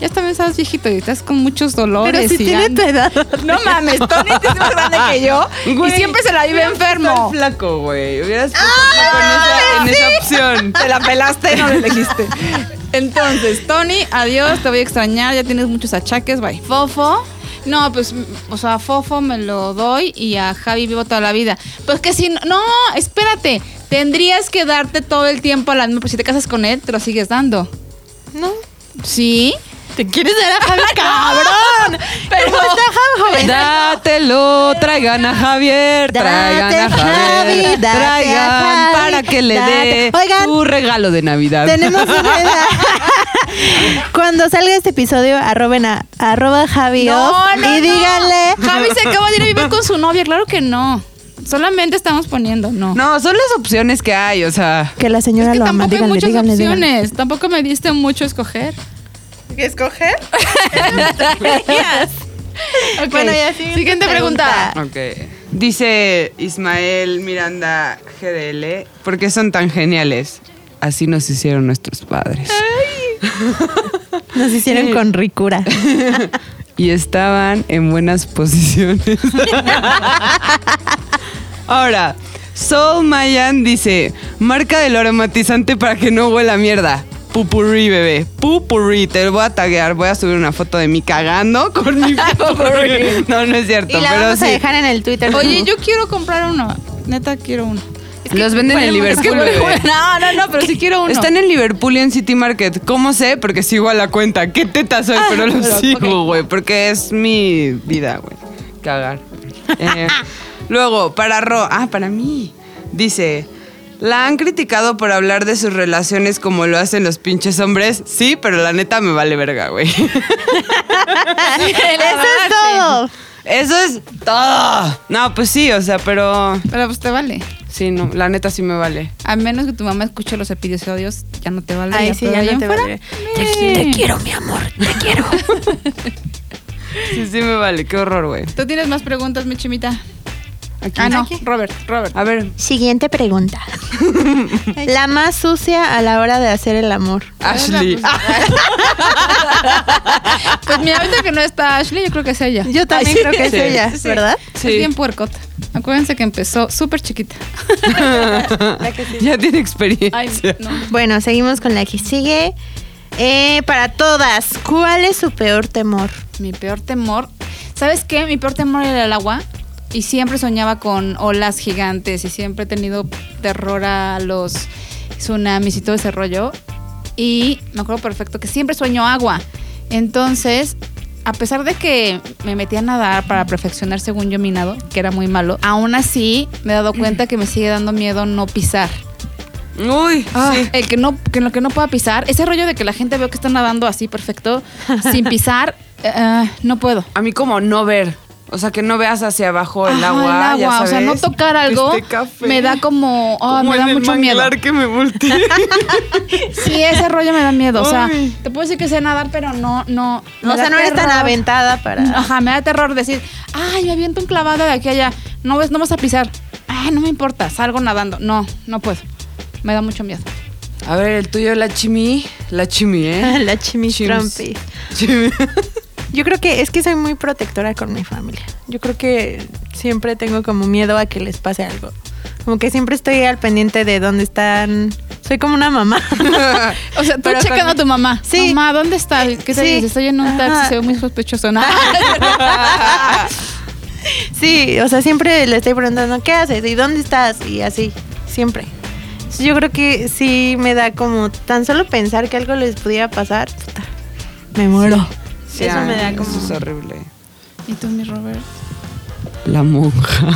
[SPEAKER 2] Ya también estás viejito y estás con muchos dolores.
[SPEAKER 4] Pero si
[SPEAKER 2] y
[SPEAKER 4] tiene tu
[SPEAKER 2] andas-
[SPEAKER 4] edad.
[SPEAKER 6] No mames, Tony es más grande que yo
[SPEAKER 3] Güey,
[SPEAKER 6] y siempre se la vive
[SPEAKER 3] hubieras puesto al
[SPEAKER 6] enfermo.
[SPEAKER 3] flaco, güey. Hubieras puesto al flaco en esa, en esa opción.
[SPEAKER 6] Te la pelaste, no la elegiste.
[SPEAKER 2] Entonces, Tony, adiós, te voy a extrañar, ya tienes muchos achaques, bye. Fofo. No, pues, m- o sea, a Fofo me lo doy y a Javi vivo toda la vida. Pues que si no, no, espérate, tendrías que darte todo el tiempo a la misma, pero si te casas con él, te lo sigues dando.
[SPEAKER 4] No.
[SPEAKER 2] ¿Sí?
[SPEAKER 4] ¿Te quieres dar a Javi, cabrón? Pero está Javi joven.
[SPEAKER 3] Dátelo, traigan a Javier, traigan a
[SPEAKER 4] Date,
[SPEAKER 3] Javier,
[SPEAKER 4] Javi, date
[SPEAKER 3] traigan
[SPEAKER 4] a Javi,
[SPEAKER 3] para que le dé
[SPEAKER 4] date. Oigan.
[SPEAKER 3] tu regalo de Navidad.
[SPEAKER 4] Tenemos una edad. Cuando salga este episodio, arroben a arroba Javi off y díganle.
[SPEAKER 2] Javi se acaba de ir a vivir con su novia, claro que no. Solamente estamos poniendo, no.
[SPEAKER 3] No, son las opciones que hay, o sea.
[SPEAKER 4] Que la
[SPEAKER 2] Es
[SPEAKER 4] señora
[SPEAKER 2] que
[SPEAKER 4] lo ama.
[SPEAKER 2] tampoco hay
[SPEAKER 4] Díganle,
[SPEAKER 2] muchas
[SPEAKER 4] díganle,
[SPEAKER 2] opciones,
[SPEAKER 4] díganle.
[SPEAKER 2] tampoco me diste mucho a escoger.
[SPEAKER 4] ¿Qué escoger?
[SPEAKER 2] Ok,
[SPEAKER 4] Bueno, ya, siguiente
[SPEAKER 2] pregunta.
[SPEAKER 3] Ok. Dice Ismael Miranda GDL, ¿por qué son tan geniales? Así nos hicieron nuestros padres.
[SPEAKER 4] Nos hicieron con ricura.
[SPEAKER 3] y estaban en buenas posiciones. Ahora, Sol Mayan dice, marca del aromatizante para que no huela a mierda. Pupurri, bebé. Pupurri. Te lo voy a taguear. Voy a subir una foto de mí cagando con mi pupurri. No, no es cierto.
[SPEAKER 4] Y la
[SPEAKER 3] pero
[SPEAKER 4] vamos a
[SPEAKER 3] sí.
[SPEAKER 4] dejar en el Twitter.
[SPEAKER 2] Oye, yo quiero comprar uno. Neta, quiero uno.
[SPEAKER 3] Los venden en
[SPEAKER 2] Es que
[SPEAKER 3] Liverpool,
[SPEAKER 2] huele-
[SPEAKER 3] bebé.
[SPEAKER 2] no, no, no, pero sí quiero uno.
[SPEAKER 3] Están en Liverpool y en City Market. ¿Cómo sé? Porque sigo a la cuenta. ¿Qué teta soy? Ah, Pero lo sigo, güey. Porque es mi vida, güey. Cagar. Eh, luego, para Ro. Ah, para mí. Dice. La han criticado por hablar de sus relaciones como lo hacen los pinches hombres. Sí, pero la neta me vale verga, güey.
[SPEAKER 4] Eso es todo.
[SPEAKER 3] Eso es todo. No, pues sí, o sea, pero.
[SPEAKER 2] Pero pues te vale.
[SPEAKER 3] Sí, no, la neta sí me vale.
[SPEAKER 2] A menos que tu mamá escuche los episodios, ya no te vale.
[SPEAKER 4] Ay, sí,
[SPEAKER 2] pero
[SPEAKER 4] ya
[SPEAKER 2] de ahí
[SPEAKER 4] no
[SPEAKER 2] en
[SPEAKER 4] te
[SPEAKER 2] fuera,
[SPEAKER 4] vale.
[SPEAKER 2] eh,
[SPEAKER 3] Sí, sí me vale. Qué horror, güey.
[SPEAKER 2] Tú tienes más preguntas, mi chimita.
[SPEAKER 3] Aquí.
[SPEAKER 2] Ah, no, Robert, Robert.
[SPEAKER 3] A ver.
[SPEAKER 4] Siguiente pregunta. La más sucia a la hora de hacer el amor.
[SPEAKER 3] Ashley. Ah,
[SPEAKER 2] Pues mira, ahorita que no está Ashley, yo creo que es ella.
[SPEAKER 4] Yo también creo que es
[SPEAKER 3] Sí.
[SPEAKER 4] ella,
[SPEAKER 2] Sí.
[SPEAKER 4] ¿verdad?
[SPEAKER 3] sí.
[SPEAKER 2] Es bien puercota. Acuérdense que empezó súper chiquita.
[SPEAKER 3] Ya tiene experiencia.
[SPEAKER 2] Ay, no.
[SPEAKER 4] Bueno, seguimos con la que sigue. Eh, para todas, ¿cuál es su peor temor?
[SPEAKER 2] Mi peor temor. ¿Sabes qué? Mi peor temor era el agua. Y siempre soñaba con olas gigantes. Y siempre he tenido terror a los tsunamis y todo ese rollo. Y me acuerdo perfecto que siempre sueño agua. Entonces, a pesar de que me metí a nadar para perfeccionar según yo mi nado, que era muy malo, aún así me he dado cuenta que me sigue dando miedo no pisar.
[SPEAKER 3] Uy,
[SPEAKER 2] Ah,
[SPEAKER 3] sí.
[SPEAKER 2] El que no, que lo que no pueda pisar, ese rollo de que la gente veo que está nadando así perfecto, sin pisar, eh, eh, no puedo.
[SPEAKER 3] A mí como no ver. O sea, que no veas hacia abajo el
[SPEAKER 2] Ajá,
[SPEAKER 3] agua.
[SPEAKER 2] el
[SPEAKER 3] ya
[SPEAKER 2] agua, o sea,
[SPEAKER 3] sabes.
[SPEAKER 2] no tocar algo
[SPEAKER 3] Este café.
[SPEAKER 2] me da como, ah,
[SPEAKER 3] Como
[SPEAKER 2] me
[SPEAKER 3] el
[SPEAKER 2] da
[SPEAKER 3] del
[SPEAKER 2] mucho miedo.
[SPEAKER 3] manglar que me volteé.
[SPEAKER 2] Sí, ese rollo me da miedo, o sea,
[SPEAKER 3] Ay.
[SPEAKER 2] te puedo decir que sé nadar, pero no, no. me
[SPEAKER 4] O
[SPEAKER 2] da
[SPEAKER 4] sea, no eres tan
[SPEAKER 2] terror.
[SPEAKER 4] aventada para...
[SPEAKER 2] Ajá, me da terror decir, ay, me aviento un clavado de aquí a allá, no ves, no vas a pisar, ay, no me importa, salgo nadando, no, no puedo, me da mucho miedo.
[SPEAKER 3] A ver, el tuyo, la chimi. La chimi, ¿eh?
[SPEAKER 4] La chimichurri.
[SPEAKER 3] Chims. Chimi.
[SPEAKER 4] Yo creo que es que soy muy protectora con mi familia. Yo creo que siempre tengo como miedo a que les pase algo. Como que siempre estoy al pendiente de dónde están. Soy como una mamá.
[SPEAKER 2] O sea, tú
[SPEAKER 4] Pero
[SPEAKER 2] checando
[SPEAKER 4] con-
[SPEAKER 2] a tu mamá.
[SPEAKER 4] Sí.
[SPEAKER 2] Mamá, ¿dónde está? ¿Qué te
[SPEAKER 4] Sí.
[SPEAKER 2] dices? Estoy en un taxi,
[SPEAKER 4] Ajá.
[SPEAKER 2] se ve muy sospechoso. ¿no?
[SPEAKER 4] Sí, o sea, siempre le estoy preguntando, ¿qué haces? ¿Y dónde estás? Y así, siempre. Entonces, Yo creo que sí me da como tan solo pensar que algo les pudiera pasar, puta, me muero. Eso
[SPEAKER 3] Ya,
[SPEAKER 4] me da como...
[SPEAKER 3] Eso es horrible.
[SPEAKER 2] ¿Y tú, mi Robert?
[SPEAKER 3] La monja.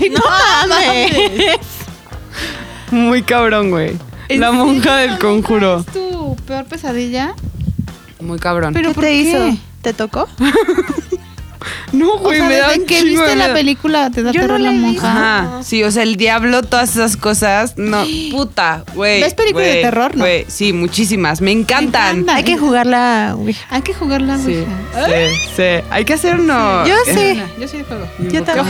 [SPEAKER 4] ¡Ay, no mames!
[SPEAKER 3] Muy cabrón, güey. La monja del conjuro.
[SPEAKER 2] ¿Es tu peor pesadilla?
[SPEAKER 3] Muy cabrón.
[SPEAKER 2] ¿Pero
[SPEAKER 4] ¿Pero ¿Qué
[SPEAKER 2] por
[SPEAKER 4] te
[SPEAKER 2] qué?
[SPEAKER 4] hizo? ¿Te tocó?
[SPEAKER 3] no, güey,
[SPEAKER 2] o
[SPEAKER 3] me
[SPEAKER 2] sea,
[SPEAKER 3] da
[SPEAKER 2] desde
[SPEAKER 3] un
[SPEAKER 2] que
[SPEAKER 3] chingo
[SPEAKER 2] viste
[SPEAKER 3] de
[SPEAKER 2] la
[SPEAKER 3] miedo.
[SPEAKER 2] película te da
[SPEAKER 4] Yo no
[SPEAKER 2] terror
[SPEAKER 4] la
[SPEAKER 2] la
[SPEAKER 4] he
[SPEAKER 2] monja.
[SPEAKER 3] Ajá, sí, o sea, el diablo, todas esas cosas, no, puta, güey.
[SPEAKER 2] ¿Ves películas de
[SPEAKER 3] güey,
[SPEAKER 2] terror, no?
[SPEAKER 3] güey, sí, muchísimas, me encantan.
[SPEAKER 2] encanta.
[SPEAKER 4] Hay que jugarla, güey.
[SPEAKER 2] Hay que jugar la
[SPEAKER 3] Sí,
[SPEAKER 2] Ouija.
[SPEAKER 3] sí, sí, hay que hacer uno.
[SPEAKER 4] Yo sí.
[SPEAKER 2] Una, Yo Ah, sí le juego.
[SPEAKER 4] Yo también.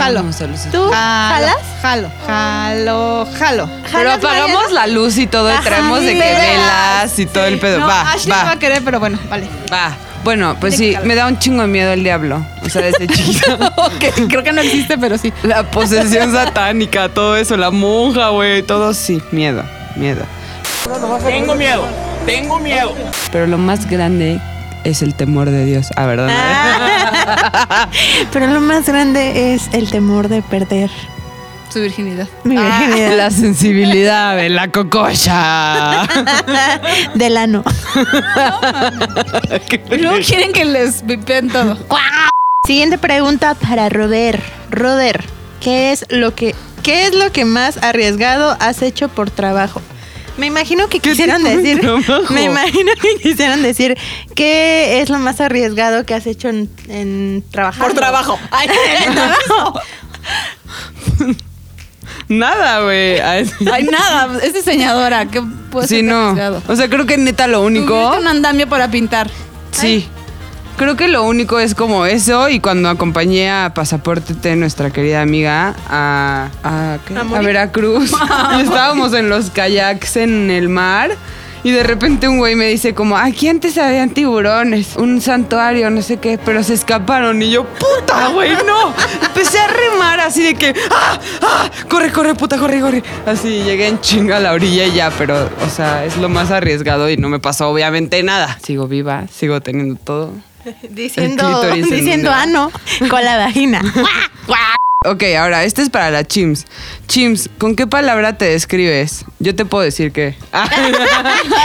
[SPEAKER 4] ¿Tú jalas?
[SPEAKER 6] Jalo, jalo, jalo.
[SPEAKER 3] Pero
[SPEAKER 4] ¿Jalas,
[SPEAKER 3] apagamos la luz y todo, y
[SPEAKER 4] Ajá,
[SPEAKER 3] traemos de
[SPEAKER 4] sí.
[SPEAKER 3] que velas y todo el pedo.
[SPEAKER 2] No,
[SPEAKER 3] va,
[SPEAKER 2] Ashley
[SPEAKER 3] va,
[SPEAKER 2] va a querer, pero bueno, vale.
[SPEAKER 3] va. Bueno, pues sí, me da un chingo de miedo el diablo. O sea, desde chiquita.
[SPEAKER 2] Ok, creo que no existe, pero sí.
[SPEAKER 3] La posesión satánica, todo eso, la monja, güey, todo sí, miedo, miedo.
[SPEAKER 8] Tengo miedo, tengo miedo.
[SPEAKER 3] Pero lo más grande es el temor de Dios. Ah, ¿verdad?
[SPEAKER 4] Pero lo más grande es el temor de perder
[SPEAKER 2] Su virginidad.
[SPEAKER 4] mi
[SPEAKER 3] Ah.
[SPEAKER 4] virginidad
[SPEAKER 3] La sensibilidad de la cocoya.
[SPEAKER 4] del ano.
[SPEAKER 2] Luego quieren que les vipen todo.
[SPEAKER 4] Siguiente pregunta para Roder. Roder, ¿qué es lo que qué es lo que más arriesgado has hecho por trabajo? Me imagino que
[SPEAKER 3] ¿Qué
[SPEAKER 4] quisieron
[SPEAKER 3] tipo de
[SPEAKER 4] decir,
[SPEAKER 3] trabajo?
[SPEAKER 4] me imagino que quisieron decir qué es lo más arriesgado que has hecho en, en trabajar.
[SPEAKER 6] Por trabajo. Ay,
[SPEAKER 4] En trabajo.
[SPEAKER 3] Nada, güey. Ay,
[SPEAKER 2] Ay, nada, es diseñadora. ¿Qué puede
[SPEAKER 3] Sí,
[SPEAKER 2] ser tan
[SPEAKER 3] no.
[SPEAKER 2] arriesgado?
[SPEAKER 3] O sea, creo que neta lo único.
[SPEAKER 2] Tuviste un andamio para pintar.
[SPEAKER 3] Sí. Creo que lo único es como eso y cuando acompañé a Pasaporte T, nuestra querida amiga, a, a, ¿qué? a Veracruz, y estábamos en los kayaks en el mar Y de repente un güey me dice como, aquí antes habían tiburones, un santuario, no sé qué, pero se escaparon. Y yo, puta, güey, no. Empecé a remar así de que, ah, ah, corre, corre, puta, corre, corre. Así llegué en chinga a la orilla y ya, pero, o sea, es lo más arriesgado y no me pasó obviamente nada. Sigo viva, sigo teniendo todo.
[SPEAKER 4] Diciendo,
[SPEAKER 3] clítoris en-
[SPEAKER 4] diciendo ano con la vagina.
[SPEAKER 3] Ok, ahora, este es para la Chims. Chims, ¿con qué palabra te describes? Yo te puedo decir que... ah,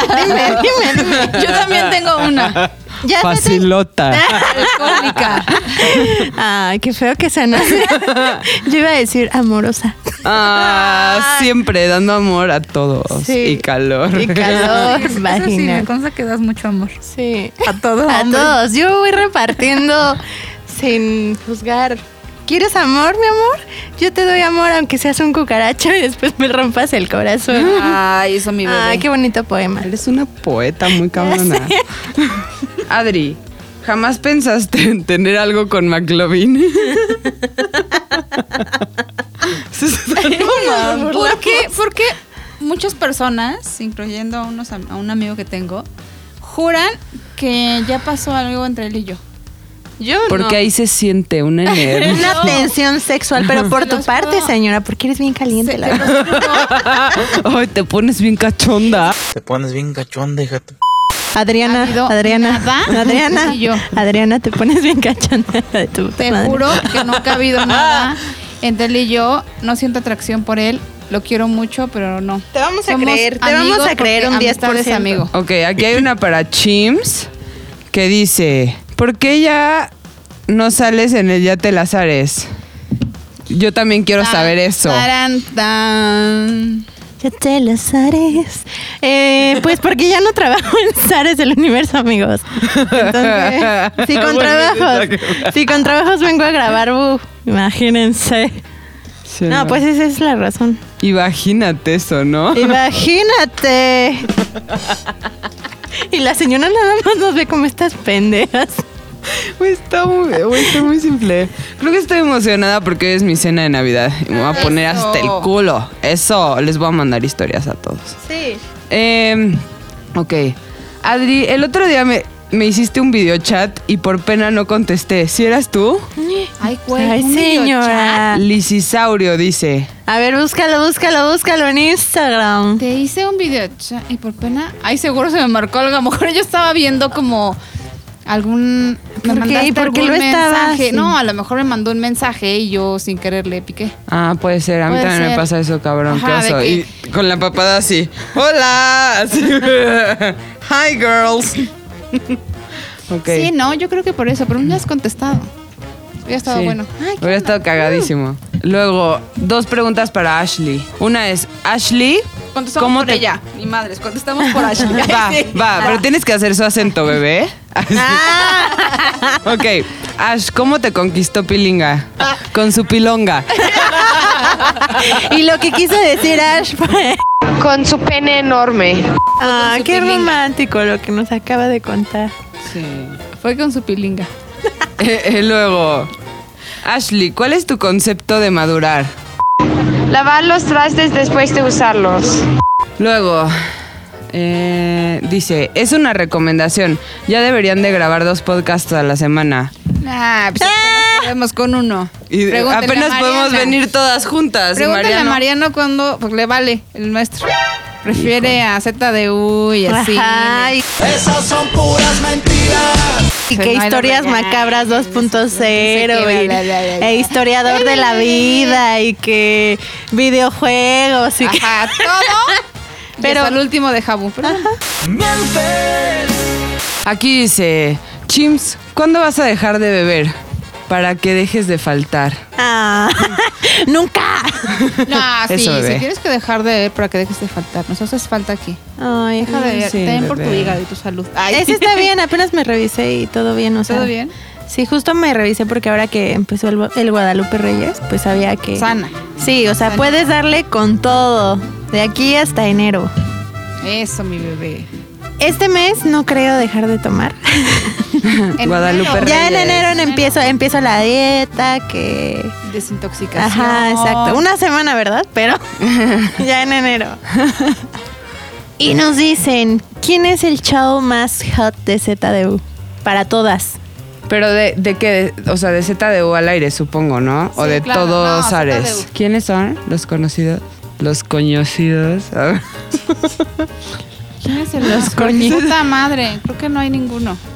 [SPEAKER 4] dime, dime, dime.
[SPEAKER 2] Yo también tengo una.
[SPEAKER 4] Ya sé tu-
[SPEAKER 2] Alcohólica.
[SPEAKER 4] Ay, qué feo que suena. Yo iba a decir amorosa.
[SPEAKER 3] Ah, siempre dando amor a todos
[SPEAKER 4] Sí.
[SPEAKER 3] y calor.
[SPEAKER 4] Y calor,
[SPEAKER 2] Eso sí,
[SPEAKER 4] vagina.
[SPEAKER 2] me consta que das mucho amor.
[SPEAKER 4] Sí.
[SPEAKER 2] A todo
[SPEAKER 4] A
[SPEAKER 2] hombre.
[SPEAKER 4] todos. Yo voy repartiendo sin juzgar. ¿Quieres amor, mi amor? Yo te doy amor aunque seas un cucaracho y después me rompas el corazón.
[SPEAKER 2] Ay, eso Ah, mi bebé.
[SPEAKER 4] Ay, qué bonito poema.
[SPEAKER 3] Eres una poeta muy cabrona. Adri, ¿jamás pensaste en tener algo con McLovin? Se está-
[SPEAKER 2] ¿Por qué? ¿Por qué muchas personas, incluyendo a, unos, am- a un amigo que tengo, juran que ya pasó algo entre él y yo? Yo
[SPEAKER 3] Porque ahí se siente una energía.
[SPEAKER 4] Una tensión sexual, pero por
[SPEAKER 2] Se
[SPEAKER 4] tu
[SPEAKER 2] los
[SPEAKER 4] parte,
[SPEAKER 2] puedo-
[SPEAKER 4] señora, porque eres bien caliente, la verdad.
[SPEAKER 3] Ay, te pones bien cachonda.
[SPEAKER 9] Te pones bien cachonda, hija. de tu-
[SPEAKER 4] Adriana,
[SPEAKER 2] Ha habido
[SPEAKER 4] Adriana,
[SPEAKER 2] nada
[SPEAKER 4] Adriana,
[SPEAKER 2] y yo.
[SPEAKER 4] Adriana, te pones bien cachonda de tu
[SPEAKER 2] Te
[SPEAKER 4] madre.
[SPEAKER 2] juro que nunca ha habido nada entre él y yo. No siento atracción por él. Lo quiero mucho, pero no.
[SPEAKER 4] Te vamos a creer, te vamos
[SPEAKER 2] amigos
[SPEAKER 4] a creer
[SPEAKER 2] porque
[SPEAKER 4] un
[SPEAKER 2] amistad es
[SPEAKER 4] 10%.
[SPEAKER 2] amigo.
[SPEAKER 3] Ok, aquí hay una para Chims que dice, ¿por qué ya no sales en el Yate Lazares? Yo también quiero saber eso.
[SPEAKER 2] Taran, tan.
[SPEAKER 4] Ya te las harés. Eh, pues porque ya no trabajo en Zares del Universo, amigos. Entonces, sí con
[SPEAKER 3] Ah, Bueno,
[SPEAKER 4] trabajos,
[SPEAKER 3] sí, está
[SPEAKER 4] sí con trabajos vengo a grabar, bu. Imagínense.
[SPEAKER 3] Sí,
[SPEAKER 4] No, pues esa es la razón.
[SPEAKER 3] Imagínate eso, ¿no?
[SPEAKER 4] Imagínate. Y la señora nada más nos ve como estas pendejas.
[SPEAKER 3] Güey, Está muy, güey, está muy simple. Creo que estoy emocionada porque hoy es mi cena de Navidad. Y me voy a poner
[SPEAKER 2] Eso.
[SPEAKER 3] hasta el culo. Eso, les voy a mandar historias a todos.
[SPEAKER 4] Sí.
[SPEAKER 3] Eh, ok. Adri, el otro día me, me hiciste un video chat y por pena no contesté. ¿Si eras tú?
[SPEAKER 2] Ay, güey.
[SPEAKER 4] Ay,
[SPEAKER 2] un videochat.
[SPEAKER 4] señora.
[SPEAKER 3] Lisisaurio dice.
[SPEAKER 4] A ver, búscalo, búscalo, búscalo en Instagram.
[SPEAKER 2] Te hice un video y por pena. Ay, seguro se me marcó algo. A lo mejor yo estaba viendo como algún.
[SPEAKER 4] ¿Por qué? ¿Y por qué
[SPEAKER 2] algún
[SPEAKER 4] lo estabas?
[SPEAKER 2] mensaje.
[SPEAKER 4] Sí.
[SPEAKER 2] No, a lo mejor me mandó un mensaje y yo sin querer le piqué.
[SPEAKER 3] Ah, puede ser. A mí
[SPEAKER 2] Puede
[SPEAKER 3] también me
[SPEAKER 2] ser.
[SPEAKER 3] pasa eso, cabrón.
[SPEAKER 2] Ajá,
[SPEAKER 3] qué
[SPEAKER 2] de
[SPEAKER 3] oso.
[SPEAKER 2] que-
[SPEAKER 3] Y con la papada así. ¡Hola! Así. Hi, girls. ok.
[SPEAKER 2] Sí, no, yo creo que por eso, pero no has contestado. Hubiera estado
[SPEAKER 3] Sí.
[SPEAKER 2] bueno.
[SPEAKER 3] Hubiera estado cagadísimo. Luego, dos preguntas para Ashley. Una es, Ashley, ¿cómo te...
[SPEAKER 2] Mi madre, contestamos por Ashley.
[SPEAKER 3] Va, va,
[SPEAKER 2] Ah.
[SPEAKER 3] pero tienes que hacer su acento, bebé. Así.
[SPEAKER 2] Ah.
[SPEAKER 3] ok, Ash, ¿cómo te conquistó Pilinga? Con su pilonga.
[SPEAKER 4] Y lo que quiso decir Ash fue...
[SPEAKER 10] Con su pene enorme.
[SPEAKER 4] Ah, qué romántico lo que nos acaba de contar.
[SPEAKER 3] Sí.
[SPEAKER 2] Fue con su pilinga.
[SPEAKER 3] Eh, luego, Ashley, ¿cuál es tu concepto de madurar?
[SPEAKER 10] Lavar los trastes después de usarlos.
[SPEAKER 3] Luego, eh, dice, es una recomendación. Ya deberían de grabar dos podcasts a la semana.
[SPEAKER 2] Ah, pues apenas podemos con uno.
[SPEAKER 3] Y
[SPEAKER 2] Pregúntenle
[SPEAKER 3] apenas
[SPEAKER 2] a
[SPEAKER 3] podemos
[SPEAKER 2] Mariana.
[SPEAKER 3] venir todas juntas. y
[SPEAKER 2] Pregúntale
[SPEAKER 3] Mariano-
[SPEAKER 2] a Mariano cuando pues, le vale el nuestro. Prefiere a ZDU y así.
[SPEAKER 4] Ajá, y- Y
[SPEAKER 2] Se
[SPEAKER 4] que
[SPEAKER 2] baila
[SPEAKER 4] historias
[SPEAKER 2] mañana.
[SPEAKER 4] macabras 2.0
[SPEAKER 2] No sé qué,
[SPEAKER 4] y-
[SPEAKER 2] bla, bla, bla, bla.
[SPEAKER 4] e historiador de la vida y que videojuegos y que-
[SPEAKER 2] Ajá, todo.
[SPEAKER 4] Pero-
[SPEAKER 2] Pero el último de Jabu. Pero-
[SPEAKER 3] Aquí dice, Chims, ¿cuándo vas a dejar de beber? Para que dejes de faltar.
[SPEAKER 4] Ah, nunca.
[SPEAKER 2] No, sí,
[SPEAKER 3] Eso, bebé.
[SPEAKER 2] si tienes que dejar de ver para que dejes de faltar. Nos haces falta aquí.
[SPEAKER 4] Ay,
[SPEAKER 2] Deja de ver.
[SPEAKER 3] Sí,
[SPEAKER 2] Ten por tu
[SPEAKER 3] bebé.
[SPEAKER 2] hígado y tu salud. Ay.
[SPEAKER 4] Ah, Ese está bien, apenas me revisé y todo bien, o sea.
[SPEAKER 2] ¿Todo bien?
[SPEAKER 4] Sí, justo me revisé porque ahora que empezó el, el Guadalupe Reyes, pues sabía que...
[SPEAKER 2] Sana.
[SPEAKER 4] Sí, o sea,
[SPEAKER 2] Sana.
[SPEAKER 4] puedes darle con todo, de aquí hasta enero.
[SPEAKER 2] Eso, mi bebé.
[SPEAKER 4] Este mes no creo dejar de tomar.
[SPEAKER 2] En
[SPEAKER 3] Guadalupe
[SPEAKER 2] enero.
[SPEAKER 4] ya en
[SPEAKER 3] Reyes.
[SPEAKER 4] enero no empiezo, empiezo la dieta que...
[SPEAKER 2] Desintoxicación. Oh,
[SPEAKER 4] Ajá, exacto. Una semana, ¿verdad? Pero ya en enero. Y nos dicen, ¿quién es el chavo más hot de ZDU? Para todas.
[SPEAKER 3] Pero de, de qué, de- o sea, de ZDU al aire, supongo, ¿no? o
[SPEAKER 2] Sí,
[SPEAKER 3] de
[SPEAKER 2] claro,
[SPEAKER 3] todos
[SPEAKER 2] no,
[SPEAKER 3] ares.
[SPEAKER 2] ZDU.
[SPEAKER 3] ¿Quiénes son los conocidos? Los conocidos. A ver.
[SPEAKER 2] ¿Quién es el más?
[SPEAKER 4] coñitos.
[SPEAKER 2] Puta madre, creo que no hay ninguno.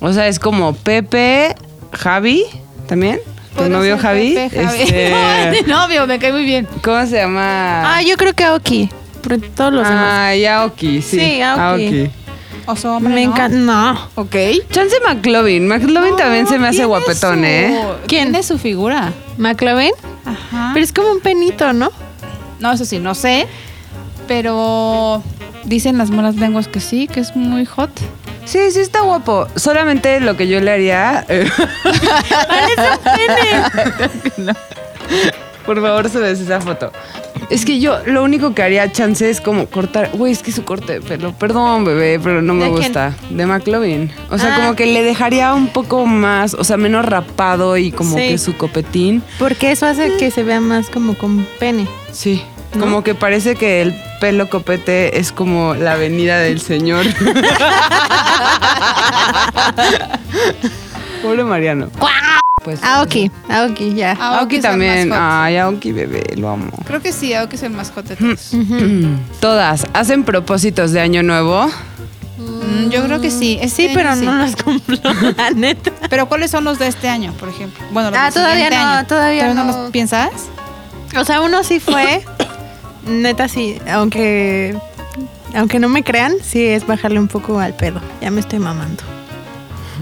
[SPEAKER 3] O sea, es como Pepe, Javi, también. ¿Tu
[SPEAKER 2] Podría
[SPEAKER 3] novio
[SPEAKER 2] ser
[SPEAKER 3] Javi?
[SPEAKER 2] Pepe, Javi.
[SPEAKER 3] Este,
[SPEAKER 2] No, es mi novio, me cae muy bien.
[SPEAKER 3] ¿Cómo se llama?
[SPEAKER 4] Ah, yo creo que Aoki. Por todos los demás.
[SPEAKER 3] Ay, Aoki, sí.
[SPEAKER 4] Sí, Aoki.
[SPEAKER 2] Oso hombre,
[SPEAKER 4] Me
[SPEAKER 2] ¿no?
[SPEAKER 4] encanta. No.
[SPEAKER 2] Ok.
[SPEAKER 3] Chance McLovin. McLovin también se me hace
[SPEAKER 2] Tiene
[SPEAKER 3] guapetón,
[SPEAKER 2] su-
[SPEAKER 3] ¿eh?
[SPEAKER 2] ¿Quién es su figura?
[SPEAKER 4] ¿McLovin?
[SPEAKER 2] Ajá.
[SPEAKER 4] Pero es como un penito, ¿no?
[SPEAKER 2] No, eso sí, no sé. Pero dicen las malas lenguas que sí, que es muy hot.
[SPEAKER 3] Sí, sí está guapo. Solamente lo que yo le haría... eh, Por favor, subes esa foto. Es que yo lo único que haría chance es como cortar. Güey, es que su corte de pelo. Perdón, bebé, pero no me
[SPEAKER 4] ¿De quién?
[SPEAKER 3] gusta. De McLovin. O sea,
[SPEAKER 4] Ah.
[SPEAKER 3] como que le dejaría un poco más, o sea, menos rapado y como
[SPEAKER 4] Sí.
[SPEAKER 3] que su copetín.
[SPEAKER 4] Porque eso hace que se vea más como con pene.
[SPEAKER 3] Sí. Como que parece que el pelo copete es como la venida del señor. Pobre Mariano. Pues,
[SPEAKER 4] Aoki, Ah, Aoki, ya.
[SPEAKER 2] Aoki
[SPEAKER 3] Aoki
[SPEAKER 2] es el
[SPEAKER 3] también.
[SPEAKER 2] más hot.
[SPEAKER 3] Ay, Aoki, bebé, lo amo.
[SPEAKER 2] Creo que sí, Aoki es el más hot de todos.
[SPEAKER 3] Todas hacen propósitos de año nuevo.
[SPEAKER 2] Mm, yo creo que sí. Este
[SPEAKER 4] Sí, pero
[SPEAKER 2] año
[SPEAKER 4] no los cumplo, la neta.
[SPEAKER 2] Pero ¿cuáles son los de este año, por ejemplo? Bueno, los
[SPEAKER 4] Ah,
[SPEAKER 2] del
[SPEAKER 4] todavía
[SPEAKER 2] siguiente
[SPEAKER 4] no,
[SPEAKER 2] año.
[SPEAKER 4] todavía
[SPEAKER 2] no
[SPEAKER 4] no.
[SPEAKER 2] los piensas?
[SPEAKER 4] O sea, uno sí fue. Neta sí, aunque aunque no me crean, sí es bajarle un poco al pedo. Ya me estoy mamando.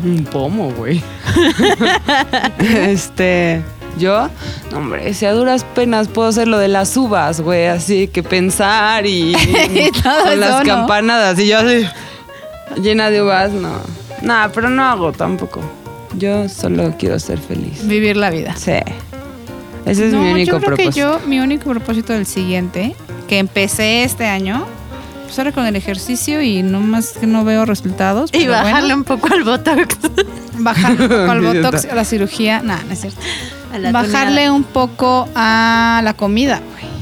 [SPEAKER 3] Un pomo, güey. este. Yo, no, hombre, si a duras penas puedo hacer lo de las uvas, güey, así que pensar y.
[SPEAKER 2] todo
[SPEAKER 3] con las
[SPEAKER 2] eso, ¿no?
[SPEAKER 3] campanadas y yo así. Llena de uvas, no. Nada, pero no hago tampoco. Yo solo quiero ser feliz.
[SPEAKER 2] Vivir la vida.
[SPEAKER 3] Sí. Ese es
[SPEAKER 2] no,
[SPEAKER 3] mi único
[SPEAKER 2] yo creo que
[SPEAKER 3] propósito.
[SPEAKER 2] yo, mi único propósito del siguiente, que empecé este año, pues ahora con el ejercicio y no más que no veo resultados.
[SPEAKER 4] Y
[SPEAKER 2] pero bueno,
[SPEAKER 4] bajarle un poco al botox.
[SPEAKER 2] bajar un poco al
[SPEAKER 3] Mi
[SPEAKER 2] botox,
[SPEAKER 3] dieta.
[SPEAKER 2] a la cirugía, nada, no es cierto.
[SPEAKER 4] A la
[SPEAKER 2] Bajarle un poco a la comida, güey.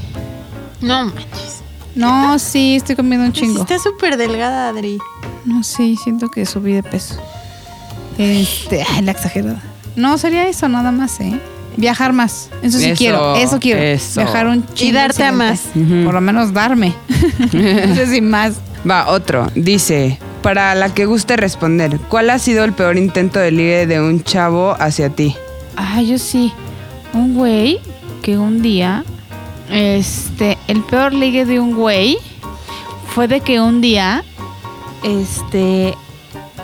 [SPEAKER 4] No manches.
[SPEAKER 2] No, sí, estoy comiendo un
[SPEAKER 4] Sí
[SPEAKER 2] chingo.
[SPEAKER 4] Pues Está súper delgada, Adri.
[SPEAKER 2] No, sí, siento que subí de peso. Este, ay, la exagerada. No, sería eso nada más, ¿eh? Viajar más. Eso sí
[SPEAKER 3] Eso,
[SPEAKER 2] quiero, eso quiero.
[SPEAKER 3] eso.
[SPEAKER 2] Viajar un chingo.
[SPEAKER 4] Y darte a
[SPEAKER 2] excelente.
[SPEAKER 4] más.
[SPEAKER 3] Ujú.
[SPEAKER 2] Por lo menos darme. no sé si más.
[SPEAKER 3] Va, otro. Dice, para la que guste responder, ¿cuál ha sido el peor intento de ligue de un chavo hacia ti?
[SPEAKER 2] Ah, yo sí. Un güey que un día, este, el peor ligue de un güey fue de que un día, este,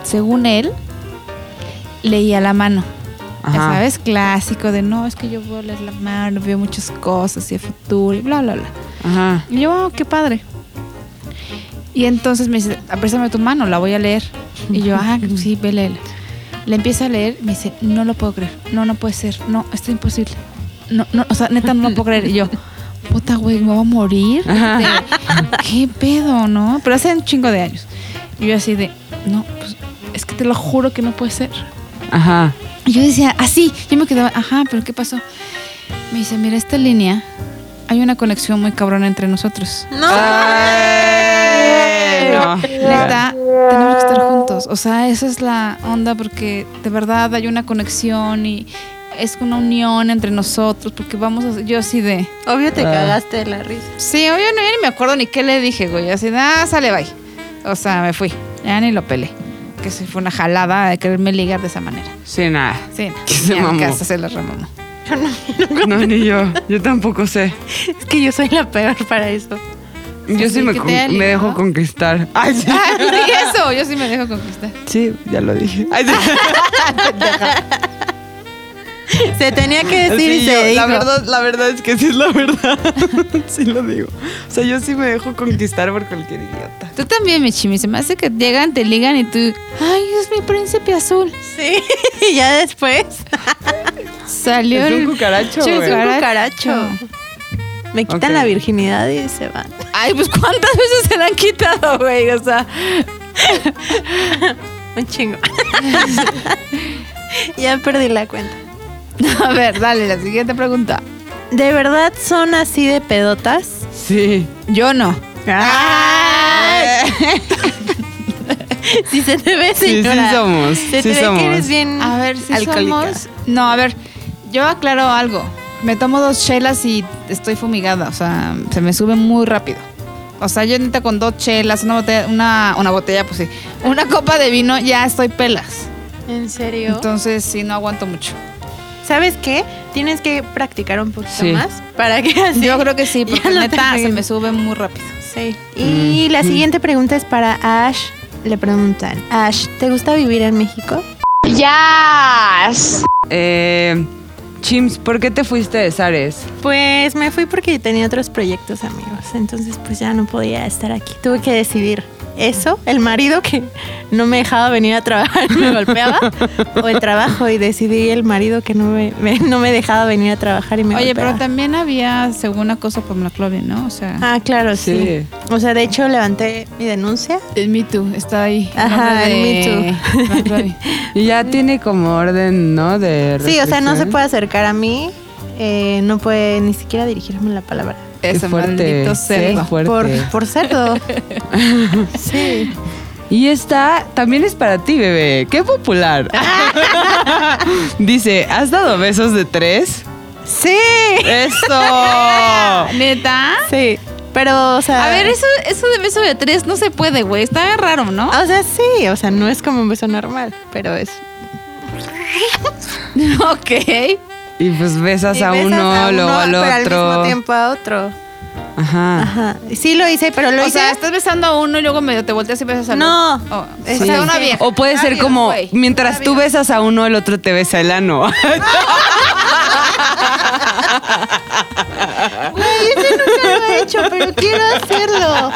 [SPEAKER 2] según él, leía la mano. Ya
[SPEAKER 3] Ajá.
[SPEAKER 2] sabes, clásico de no, es que yo puedo leer la mano, veo muchas cosas y el futuro y bla, bla, bla.
[SPEAKER 3] Ajá.
[SPEAKER 2] Y yo, "Ah, qué padre. Y entonces me dice, apréstame tu mano, la voy a leer. Y yo, ah, sí, ve, léela". Le empiezo a leer, me dice, no lo puedo creer. No, no puede ser. No, está imposible. No, no, o sea, neta, no lo puedo creer. Y yo, puta, güey, me voy a morir. De, ¿Qué pedo, no? Pero hace un chingo de años. Y yo así de, no, pues, es que te lo juro que no puede ser.
[SPEAKER 3] Ajá.
[SPEAKER 2] Y yo decía, así, yo me quedaba, ajá, pero ¿qué pasó? Me dice, mira, esta línea, hay una conexión muy cabrona entre nosotros.
[SPEAKER 4] No.
[SPEAKER 3] Ay, no.
[SPEAKER 2] Neta, tenemos que estar juntos. O sea, esa es la onda porque de verdad hay una conexión y es una unión entre nosotros porque vamos a... Yo así de...
[SPEAKER 4] Obvio
[SPEAKER 3] Ah.
[SPEAKER 4] te cagaste de la risa.
[SPEAKER 2] Sí, oye, no, ya ni me acuerdo ni qué le dije, güey. Así de, ah, sale, bye. O sea, me fui. Ya ni lo pelé. Que se fue una jalada de quererme ligar de esa manera.
[SPEAKER 3] Sí, nada.
[SPEAKER 2] Sí, no.
[SPEAKER 3] Que se
[SPEAKER 2] Ya,
[SPEAKER 3] mamó.
[SPEAKER 2] que hasta se la remamó.
[SPEAKER 3] No, ni yo. Yo tampoco sé.
[SPEAKER 4] Es que yo soy la peor para eso.
[SPEAKER 3] Yo sí
[SPEAKER 2] sí,
[SPEAKER 3] me,
[SPEAKER 2] que te
[SPEAKER 3] con-
[SPEAKER 2] haya
[SPEAKER 3] me dejo
[SPEAKER 2] ligado.
[SPEAKER 3] conquistar. Ay, sí.
[SPEAKER 2] Ah, no dije eso. Yo sí me dejo conquistar.
[SPEAKER 3] Sí, ya lo dije. Ay, sí.
[SPEAKER 4] Se tenía que decir y
[SPEAKER 3] Sí,
[SPEAKER 4] se
[SPEAKER 3] yo-
[SPEAKER 4] dijo.
[SPEAKER 3] la verdad, la verdad es que sí es la verdad. sí lo digo. O sea, yo sí me dejo conquistar por cualquier idiota.
[SPEAKER 2] Tú también, mi chimi. Se me hace que llegan, te ligan y tú... Ay, es mi príncipe azul.
[SPEAKER 4] Sí, y ya después.
[SPEAKER 2] Salió
[SPEAKER 3] Es
[SPEAKER 2] el
[SPEAKER 3] un cucaracho,
[SPEAKER 2] Sí, es
[SPEAKER 3] güey.
[SPEAKER 2] un
[SPEAKER 4] cucaracho. Me quitan
[SPEAKER 3] Ok.
[SPEAKER 4] la virginidad y se van.
[SPEAKER 2] Ay, pues ¿cuántas veces se la han quitado, güey? O sea,
[SPEAKER 4] Un chingo. ya perdí la cuenta.
[SPEAKER 2] a ver, dale, la siguiente pregunta.
[SPEAKER 4] ¿De verdad son así de pedotas?
[SPEAKER 3] Sí.
[SPEAKER 2] Yo no.
[SPEAKER 4] ¡Ah! Si se te ve,
[SPEAKER 3] Sí, sí
[SPEAKER 4] señora.
[SPEAKER 3] somos,
[SPEAKER 4] Se te
[SPEAKER 3] sí
[SPEAKER 4] ve
[SPEAKER 3] somos.
[SPEAKER 4] que eres bien
[SPEAKER 2] A ver, si
[SPEAKER 4] alcohólica.
[SPEAKER 2] somos... No, a ver, yo aclaro algo. Me tomo dos chelas y estoy fumigada. O sea, se me sube muy rápido. O sea, yo neta con dos chelas, una botella, una, una botella, pues sí. Una copa de vino, ya estoy pelas.
[SPEAKER 4] ¿En serio?
[SPEAKER 2] Entonces, sí, no aguanto mucho.
[SPEAKER 4] ¿Sabes qué? Tienes que practicar un poquito
[SPEAKER 3] Sí.
[SPEAKER 4] más para que así.
[SPEAKER 2] Yo creo que sí,
[SPEAKER 4] Ya
[SPEAKER 2] porque
[SPEAKER 4] no te
[SPEAKER 2] neta se
[SPEAKER 4] ríes.
[SPEAKER 2] me sube muy rápido.
[SPEAKER 4] Sí. Y
[SPEAKER 3] Mm.
[SPEAKER 4] la siguiente pregunta es para Ash. Le preguntan, Ash, ¿te gusta vivir en México?
[SPEAKER 10] ¡Ya!
[SPEAKER 3] Eh, Chims, ¿por qué te fuiste de Sares?
[SPEAKER 4] Pues me fui porque tenía otros proyectos, amigos. Entonces, pues ya no podía estar aquí. Tuve que decidir eso, el marido que no me dejaba venir a trabajar y me golpeaba, o el trabajo. Y decidí el marido que no me, me- no me dejaba venir a trabajar y me
[SPEAKER 2] Oye,
[SPEAKER 4] golpeaba.
[SPEAKER 2] pero también había, según acoso por McLovin, ¿no? O sea,
[SPEAKER 4] Ah, claro, sí.
[SPEAKER 3] Sí.
[SPEAKER 4] O sea, de hecho, levanté mi denuncia.
[SPEAKER 2] el Me Too está ahí. el
[SPEAKER 4] Ajá,
[SPEAKER 2] nombre
[SPEAKER 4] el
[SPEAKER 2] de
[SPEAKER 4] Me Too.
[SPEAKER 2] McLovin.
[SPEAKER 3] Y ya tiene como orden, ¿no? De
[SPEAKER 4] Sí, o sea, no se
[SPEAKER 3] restricción.
[SPEAKER 4] puede acercar a mí, eh, no puede ni siquiera dirigirme la palabra.
[SPEAKER 3] Qué
[SPEAKER 2] Ese
[SPEAKER 3] fuerte,
[SPEAKER 2] maldito
[SPEAKER 3] qué
[SPEAKER 2] cerdo.
[SPEAKER 3] Ah, fuerte.
[SPEAKER 4] Por, por cerdo. sí.
[SPEAKER 3] Y esta también es para ti, bebé. ¡Qué popular! Dice, ¿has dado besos de tres?
[SPEAKER 4] Sí.
[SPEAKER 3] ¡Eso!
[SPEAKER 2] ¿Neta?
[SPEAKER 4] Sí. Pero, o sea.
[SPEAKER 2] A ver, eso, eso de beso de tres no se puede, güey. Está raro, ¿no?
[SPEAKER 4] O sea, sí, o sea, no es como un beso normal, pero es. Ah.
[SPEAKER 2] ok.
[SPEAKER 3] Y pues besas,
[SPEAKER 4] Y
[SPEAKER 3] a,
[SPEAKER 4] besas
[SPEAKER 3] uno,
[SPEAKER 4] a
[SPEAKER 3] luego al
[SPEAKER 4] pero al
[SPEAKER 3] otro.
[SPEAKER 4] mismo tiempo a otro.
[SPEAKER 3] Ajá.
[SPEAKER 4] Ajá. Sí lo hice, pero lo
[SPEAKER 2] O
[SPEAKER 4] hice.
[SPEAKER 2] sea, estás besando a uno y luego medio te volteas y besas al
[SPEAKER 4] No.
[SPEAKER 2] otro. Oh,
[SPEAKER 4] Sí.
[SPEAKER 2] O sea, una vieja.
[SPEAKER 3] O puede ser
[SPEAKER 2] Rápido,
[SPEAKER 3] como,
[SPEAKER 2] güey.
[SPEAKER 3] mientras tú besas a uno, el otro te besa el ano.
[SPEAKER 4] Güey, ese nunca lo he hecho, pero quiero hacerlo.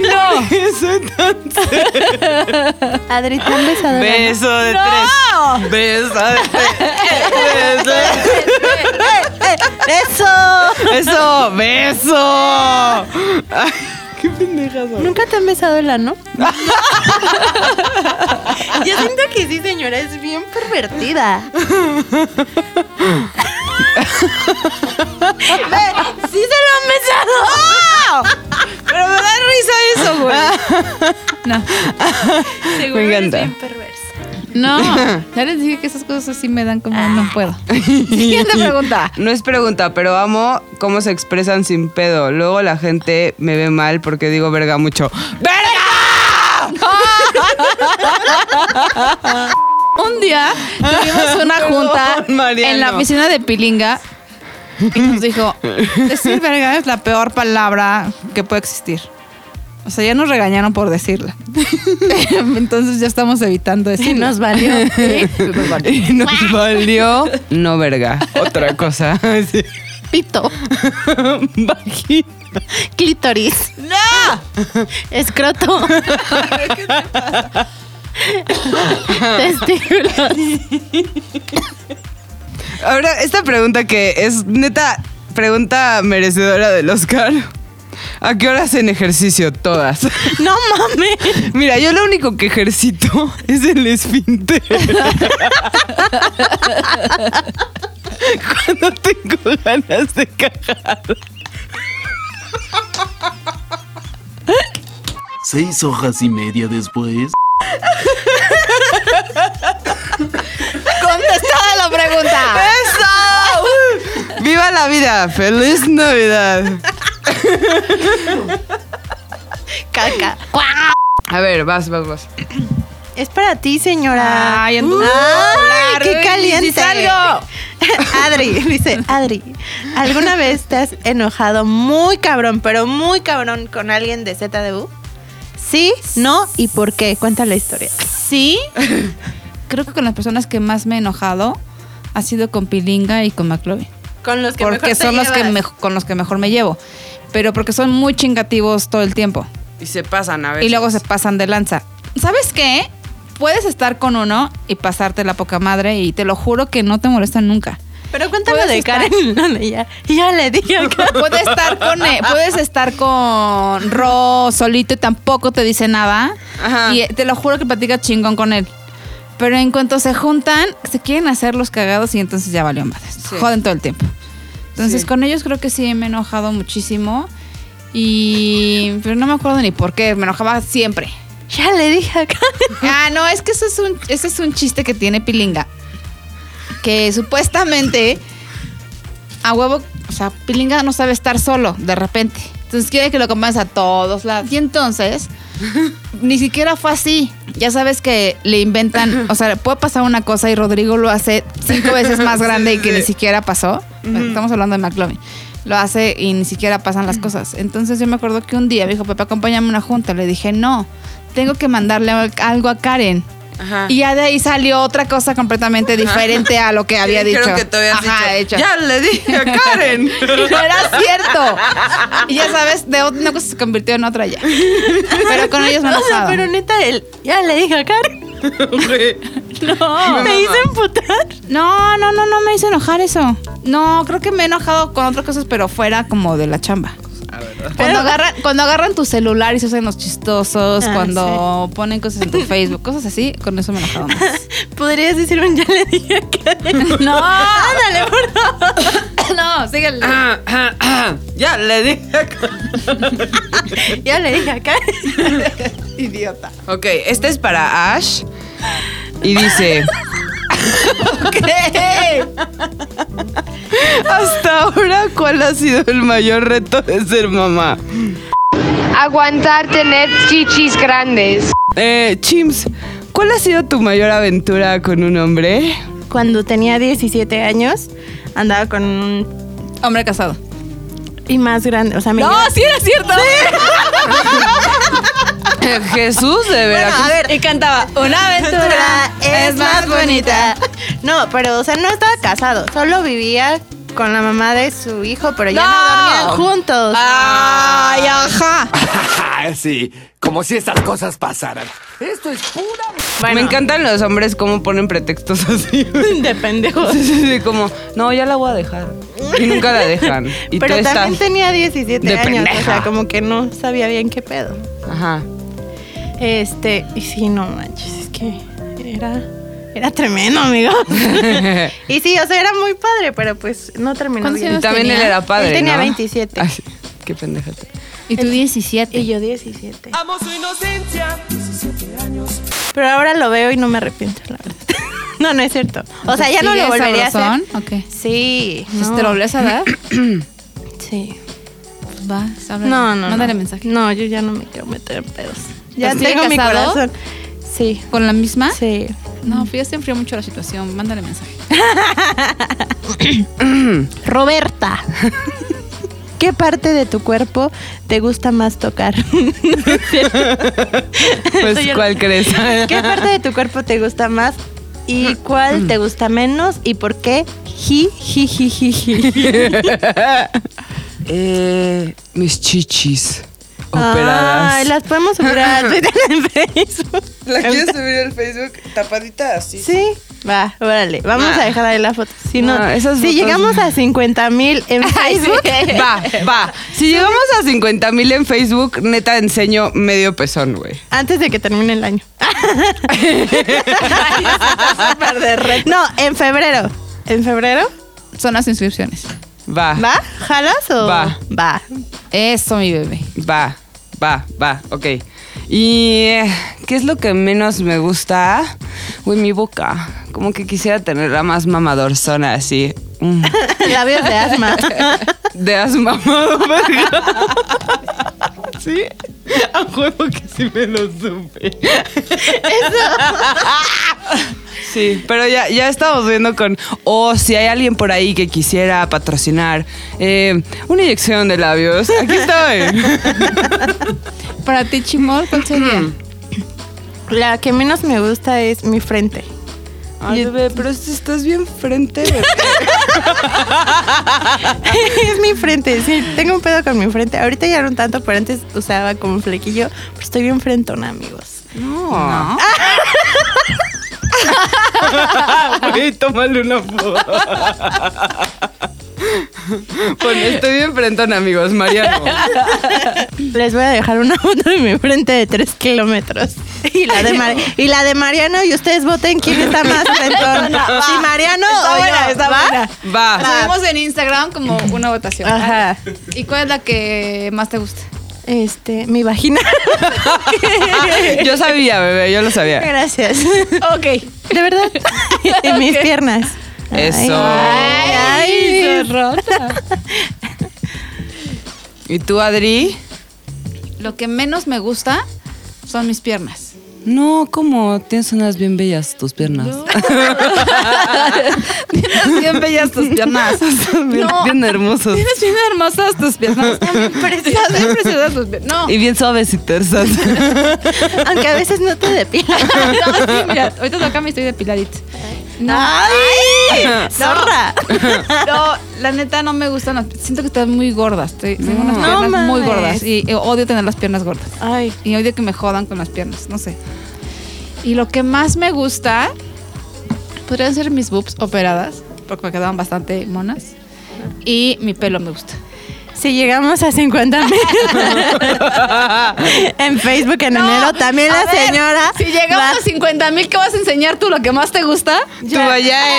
[SPEAKER 3] ¡No! Eso entonces.
[SPEAKER 4] Adri, ¿te han besado? el ano?
[SPEAKER 3] Beso de tres. Beso de tres. Beso de tres.
[SPEAKER 4] Eh, ¡Eso!
[SPEAKER 3] Eso, beso. Ay, qué pendejas.
[SPEAKER 4] ¿Nunca te han besado el ano? Yo siento que sí, señora, es bien pervertida. Ve, ¡Sí se lo han besado!
[SPEAKER 3] Pero me da risa eso, güey.
[SPEAKER 4] Seguro
[SPEAKER 3] Ah, Me
[SPEAKER 4] eres
[SPEAKER 3] encanta.
[SPEAKER 4] bien perversa.
[SPEAKER 2] No, ya les dije que esas cosas sí me dan como
[SPEAKER 4] Ah.
[SPEAKER 2] no puedo. Siguiente pregunta.
[SPEAKER 3] No es pregunta, pero amo cómo se expresan sin pedo. Luego la gente me ve mal porque digo verga mucho.
[SPEAKER 2] Un día tuvimos una
[SPEAKER 3] Perdón,
[SPEAKER 2] junta
[SPEAKER 3] Mariano.
[SPEAKER 2] en la oficina de Pilinga y nos dijo, decir verga es la peor palabra que puede existir. O sea, ya nos regañaron por decirla. Entonces ya estamos evitando decirla.
[SPEAKER 4] nos valió.
[SPEAKER 2] Nos valió.
[SPEAKER 3] Y nos valió. No verga. Otra cosa. Sí.
[SPEAKER 4] Pito.
[SPEAKER 3] Vagina.
[SPEAKER 4] Clítoris. ¡No! Escroto. Testículos.
[SPEAKER 3] Ahora, esta pregunta que es neta, pregunta merecedora del Oscar. ¿A qué hora hacen ejercicio? Todas.
[SPEAKER 4] ¡No mames!
[SPEAKER 3] Mira, yo lo único que ejercito es el esfínter. Cuando tengo ganas de cagar.
[SPEAKER 9] Seis hojas y media después.
[SPEAKER 2] Contestada la pregunta.
[SPEAKER 3] ¡Eso! ¡Viva la vida! ¡Feliz Navidad!
[SPEAKER 4] Caca.
[SPEAKER 3] A ver, vas, vas, vas.
[SPEAKER 4] Es para ti, señora.
[SPEAKER 2] Ay, anduvo
[SPEAKER 4] Ay,
[SPEAKER 2] popular.
[SPEAKER 4] qué
[SPEAKER 2] Uy,
[SPEAKER 4] caliente.
[SPEAKER 2] dice algo.
[SPEAKER 4] Adri, dice, Adri, ¿alguna vez te has enojado muy cabrón, pero muy cabrón con alguien de ZDU? Sí, no y por qué. Cuenta la historia.
[SPEAKER 2] Sí. Creo que con las personas que más me he enojado ha sido con Pilinga y con McLovin.
[SPEAKER 4] Con los
[SPEAKER 2] Porque son los que mejo- con los que mejor me llevo. Pero porque son muy chingativos todo el tiempo.
[SPEAKER 3] Y se pasan a ver.
[SPEAKER 2] Y luego se pasan de lanza. ¿Sabes qué? Puedes estar con uno y pasarte la poca madre y te lo juro que no te molestan nunca.
[SPEAKER 4] Pero cuéntalo
[SPEAKER 2] Puedes
[SPEAKER 4] de
[SPEAKER 2] estar.
[SPEAKER 4] Karen. No, no, ya, ya le dije a Karen.
[SPEAKER 2] Puedes estar con eh, puedes estar con Ro solito y tampoco te dice nada.
[SPEAKER 3] Ajá.
[SPEAKER 2] Y eh, te lo juro que platica chingón con él. Pero en cuanto se juntan, se quieren hacer los cagados y entonces ya valió madres. Joden todo el tiempo. Entonces
[SPEAKER 3] Sí.
[SPEAKER 2] con ellos creo que sí me he enojado muchísimo. Y. Pero no me acuerdo ni por qué. Me enojaba siempre.
[SPEAKER 4] Ya le dije acá.
[SPEAKER 2] Ah, no, es que ese es un, ese es un chiste que tiene Pilinga. Que supuestamente a huevo, o sea, Pilinga no sabe estar solo de repente. Entonces quiere que lo acompañes a todos lados. Y entonces, ni siquiera fue así. Ya sabes que le inventan, o sea, puede pasar una cosa y Rodrigo lo hace cinco veces más grande y que ni siquiera pasó. Estamos hablando de McLovin. Lo hace y ni siquiera pasan las cosas. Entonces yo me acuerdo que un día me dijo, papá, acompáñame a una junta. Le dije, no, tengo que mandarle algo a Karen.
[SPEAKER 3] Ajá.
[SPEAKER 2] Y ya de ahí salió otra cosa completamente diferente a lo que había
[SPEAKER 3] Dijeron
[SPEAKER 2] dicho.
[SPEAKER 3] que tú habías
[SPEAKER 2] Ajá, hecho.
[SPEAKER 3] dicho, Ya le dije a Karen.
[SPEAKER 2] Y no era cierto. Y ya sabes, de una cosa se convirtió en otra ya. Pero con ellos me he
[SPEAKER 4] O sea,
[SPEAKER 2] enojado.
[SPEAKER 4] pero neta, él, ya le dije acá.
[SPEAKER 2] no.
[SPEAKER 4] Me hice emputar.
[SPEAKER 2] no, no, no, no me hizo enojar eso. No, creo que me he enojado con otras cosas, pero fuera como de la chamba. Cuando agarran, cuando agarran tu celular y se hacen los chistosos,
[SPEAKER 4] Ah,
[SPEAKER 2] cuando ponen cosas en tu Facebook, cosas así, con eso me he enojado más.
[SPEAKER 4] Podrías decir un ya le dije acá.
[SPEAKER 2] No. Ándale, por favor. No, síguele.
[SPEAKER 3] Ah, ah, ah. ya le dije a Karen.
[SPEAKER 4] Ya le dije acá.
[SPEAKER 3] Ok, esta es para Ash. Y dice. Hasta ahora, ¿cuál ha sido el mayor reto de ser mamá?
[SPEAKER 10] Aguantar tener chichis grandes.
[SPEAKER 3] Eh, Chims, ¿cuál ha sido tu mayor aventura con un hombre?
[SPEAKER 4] Cuando tenía 17 años, andaba con un.
[SPEAKER 2] Hombre casado.
[SPEAKER 4] Y más grande. O sea, me. lleva-
[SPEAKER 2] sí era cierto.
[SPEAKER 3] Eh, Jesús de
[SPEAKER 4] Bueno,
[SPEAKER 3] Veracruz.
[SPEAKER 4] a ver. Y cantaba. Ah, Una aventura es más bonita. No, pero, o sea, no estaba casado. Solo vivía con la mamá de su hijo, pero ya no, dormían juntos.
[SPEAKER 6] Ay, ajá.
[SPEAKER 8] sí, como si estas cosas pasaran. Esto es pura...
[SPEAKER 3] Me encantan los hombres cómo ponen pretextos así.
[SPEAKER 4] De pendejos.
[SPEAKER 3] Sí, sí, sí, como, no, ya la voy a dejar. Y nunca la dejan. Y
[SPEAKER 4] pero
[SPEAKER 3] tú
[SPEAKER 4] también
[SPEAKER 3] estás.
[SPEAKER 4] tenía 17
[SPEAKER 3] de
[SPEAKER 4] años. O sea,
[SPEAKER 3] pendeja.
[SPEAKER 4] como que no sabía bien qué pedo.
[SPEAKER 3] Ajá.
[SPEAKER 4] Este, y sí, no manches, es que era, era tremendo, amigo. y sí, o sea, era muy padre, pero pues no terminó
[SPEAKER 2] ¿Cuántos
[SPEAKER 4] bien.
[SPEAKER 3] Y
[SPEAKER 2] años
[SPEAKER 3] también él
[SPEAKER 2] tenía?
[SPEAKER 3] era padre.
[SPEAKER 4] Él tenía
[SPEAKER 3] ¿no?
[SPEAKER 4] 27.
[SPEAKER 3] Ay, sí, qué pendeja.
[SPEAKER 2] Y tú 17.
[SPEAKER 4] Y yo 17. Amo su inocencia. 17 años. Pero ahora lo veo y no me arrepiento, la verdad. no, no es cierto. O sea, ya no lo volvería a hacer.
[SPEAKER 2] ¿O qué?
[SPEAKER 4] Sí.
[SPEAKER 2] Pues
[SPEAKER 4] no,
[SPEAKER 2] te lo volvías a dar.
[SPEAKER 4] Sí.
[SPEAKER 2] Pues vas, háblale.
[SPEAKER 4] No, no.
[SPEAKER 2] Mándale
[SPEAKER 4] no.
[SPEAKER 2] mensaje.
[SPEAKER 4] No, yo ya no me quiero meter en pedos. Ya
[SPEAKER 2] ¿Estuvo
[SPEAKER 4] tengo mi
[SPEAKER 2] casado? ¿Ah?
[SPEAKER 4] corazón. Sí.
[SPEAKER 2] ¿Con la misma?
[SPEAKER 4] Sí.
[SPEAKER 2] No, pues ya se enfrió mucho la situación. Mándale mensaje.
[SPEAKER 4] Roberta. ¿Qué parte de tu cuerpo te gusta más tocar?
[SPEAKER 2] Pues
[SPEAKER 4] Soy
[SPEAKER 3] Pues,
[SPEAKER 4] el-
[SPEAKER 3] ¿cuál crees?
[SPEAKER 4] ¿Qué parte de tu cuerpo te gusta más y cuál
[SPEAKER 3] Mm.
[SPEAKER 4] te gusta menos y por qué? Ji, ji, ji, ji, ji.
[SPEAKER 3] Eh, mis chichis operadas.
[SPEAKER 4] Ay, las podemos operar en Facebook.
[SPEAKER 3] quieres subir al Facebook tapadita así?
[SPEAKER 4] Em- Sí. Va, órale, vamos a dejar ahí la foto. Si no,
[SPEAKER 3] Ah, esas
[SPEAKER 4] si
[SPEAKER 3] fotos-
[SPEAKER 4] llegamos a 50 mil en Facebook,
[SPEAKER 3] Va, va. Si llegamos a 50 mil en Facebook, neta enseño medio pezón, güey.
[SPEAKER 4] Antes de que termine el año. No, en febrero. ¿En febrero?
[SPEAKER 2] Son las inscripciones.
[SPEAKER 3] Va, va,
[SPEAKER 4] ¿Va? ¿Jalas o?
[SPEAKER 3] Ah. Va.
[SPEAKER 4] Va.
[SPEAKER 2] Eso, mi bebé.
[SPEAKER 3] va, va, ok. ¿Y eh, qué es lo que menos me gusta? Güey, mi boca. Como que quisiera tenerla más mamadorzona así. Mm.
[SPEAKER 4] Labios de asma.
[SPEAKER 3] De has mamado, verga. Sí, a juego que sí me lo supe. Sí, pero ya, ya estamos viendo con. O si hay alguien por ahí que quisiera patrocinar eh, una inyección de labios, aquí estoy.
[SPEAKER 2] Para ti, Chimol, ¿cuál sería?
[SPEAKER 4] La que menos me gusta es mi frente.
[SPEAKER 3] Ay, bebé, pero si estás bien frente, bebé.
[SPEAKER 4] es mi frente, sí. Tengo un pedo con mi frente. Ahorita ya no tanto, pero antes usaba como un flequillo. Pero estoy bien frentona, amigos.
[SPEAKER 3] No. Güey, tómale una foto. Bueno, estoy bien frentón, amigos. Mariano.
[SPEAKER 4] Les voy a dejar una foto de mi frente de 3 kilómetros. Y la de, Mar- y la de Mariano, y ustedes voten quién está más frentón. Si Mariano
[SPEAKER 6] Está
[SPEAKER 4] o
[SPEAKER 6] buena,
[SPEAKER 4] yo,
[SPEAKER 6] está
[SPEAKER 4] ¿va?
[SPEAKER 6] buena.
[SPEAKER 3] Va.
[SPEAKER 2] Subimos en Instagram como una votación.
[SPEAKER 4] Ajá.
[SPEAKER 2] ¿Y cuál es la que más te gusta?
[SPEAKER 4] Este, mi vagina.
[SPEAKER 3] Yo sabía, bebé, yo lo sabía.
[SPEAKER 4] Gracias. Ok. De verdad. En mis piernas.
[SPEAKER 3] Eso.
[SPEAKER 4] Ay, ay.
[SPEAKER 3] ¿Y tú, Adri?
[SPEAKER 2] Lo que menos me gusta son mis piernas.
[SPEAKER 3] No, como tienes unas bien bellas tus piernas.
[SPEAKER 2] Tienes bien bellas tus piernas.
[SPEAKER 3] bien,
[SPEAKER 2] No.
[SPEAKER 3] bien hermosas.
[SPEAKER 2] Tienes bien hermosas tus piernas. Preciosas, bien preciosas tus piernas. No.
[SPEAKER 3] Y bien suaves y tersas.
[SPEAKER 4] Aunque a veces no te depilas.
[SPEAKER 2] No, sí, mira, ahorita toca me estoy depiladita.
[SPEAKER 4] Ah.
[SPEAKER 2] No,
[SPEAKER 4] ¡Ay! ¡Zorra!
[SPEAKER 2] no, la neta no me gustan. las- Siento que están muy gordas. Estoy- tengo unas
[SPEAKER 4] No
[SPEAKER 2] piernas muy
[SPEAKER 4] mames.
[SPEAKER 2] gordas y eh, odio tener las piernas gordas.
[SPEAKER 4] Ay.
[SPEAKER 2] Y odio que me jodan con las piernas, no sé. Y lo que más me gusta podrían ser mis boobs operadas, porque me quedaban bastante monas. Y mi pelo me gusta.
[SPEAKER 4] Si llegamos a 50 mil en Facebook en enero, también
[SPEAKER 2] a
[SPEAKER 4] la
[SPEAKER 2] ver,
[SPEAKER 4] señora.
[SPEAKER 2] Si llegamos
[SPEAKER 4] va-
[SPEAKER 2] a 50 mil, ¿qué vas a enseñar tú? ¿Lo que más te gusta?
[SPEAKER 3] Tú eh, allá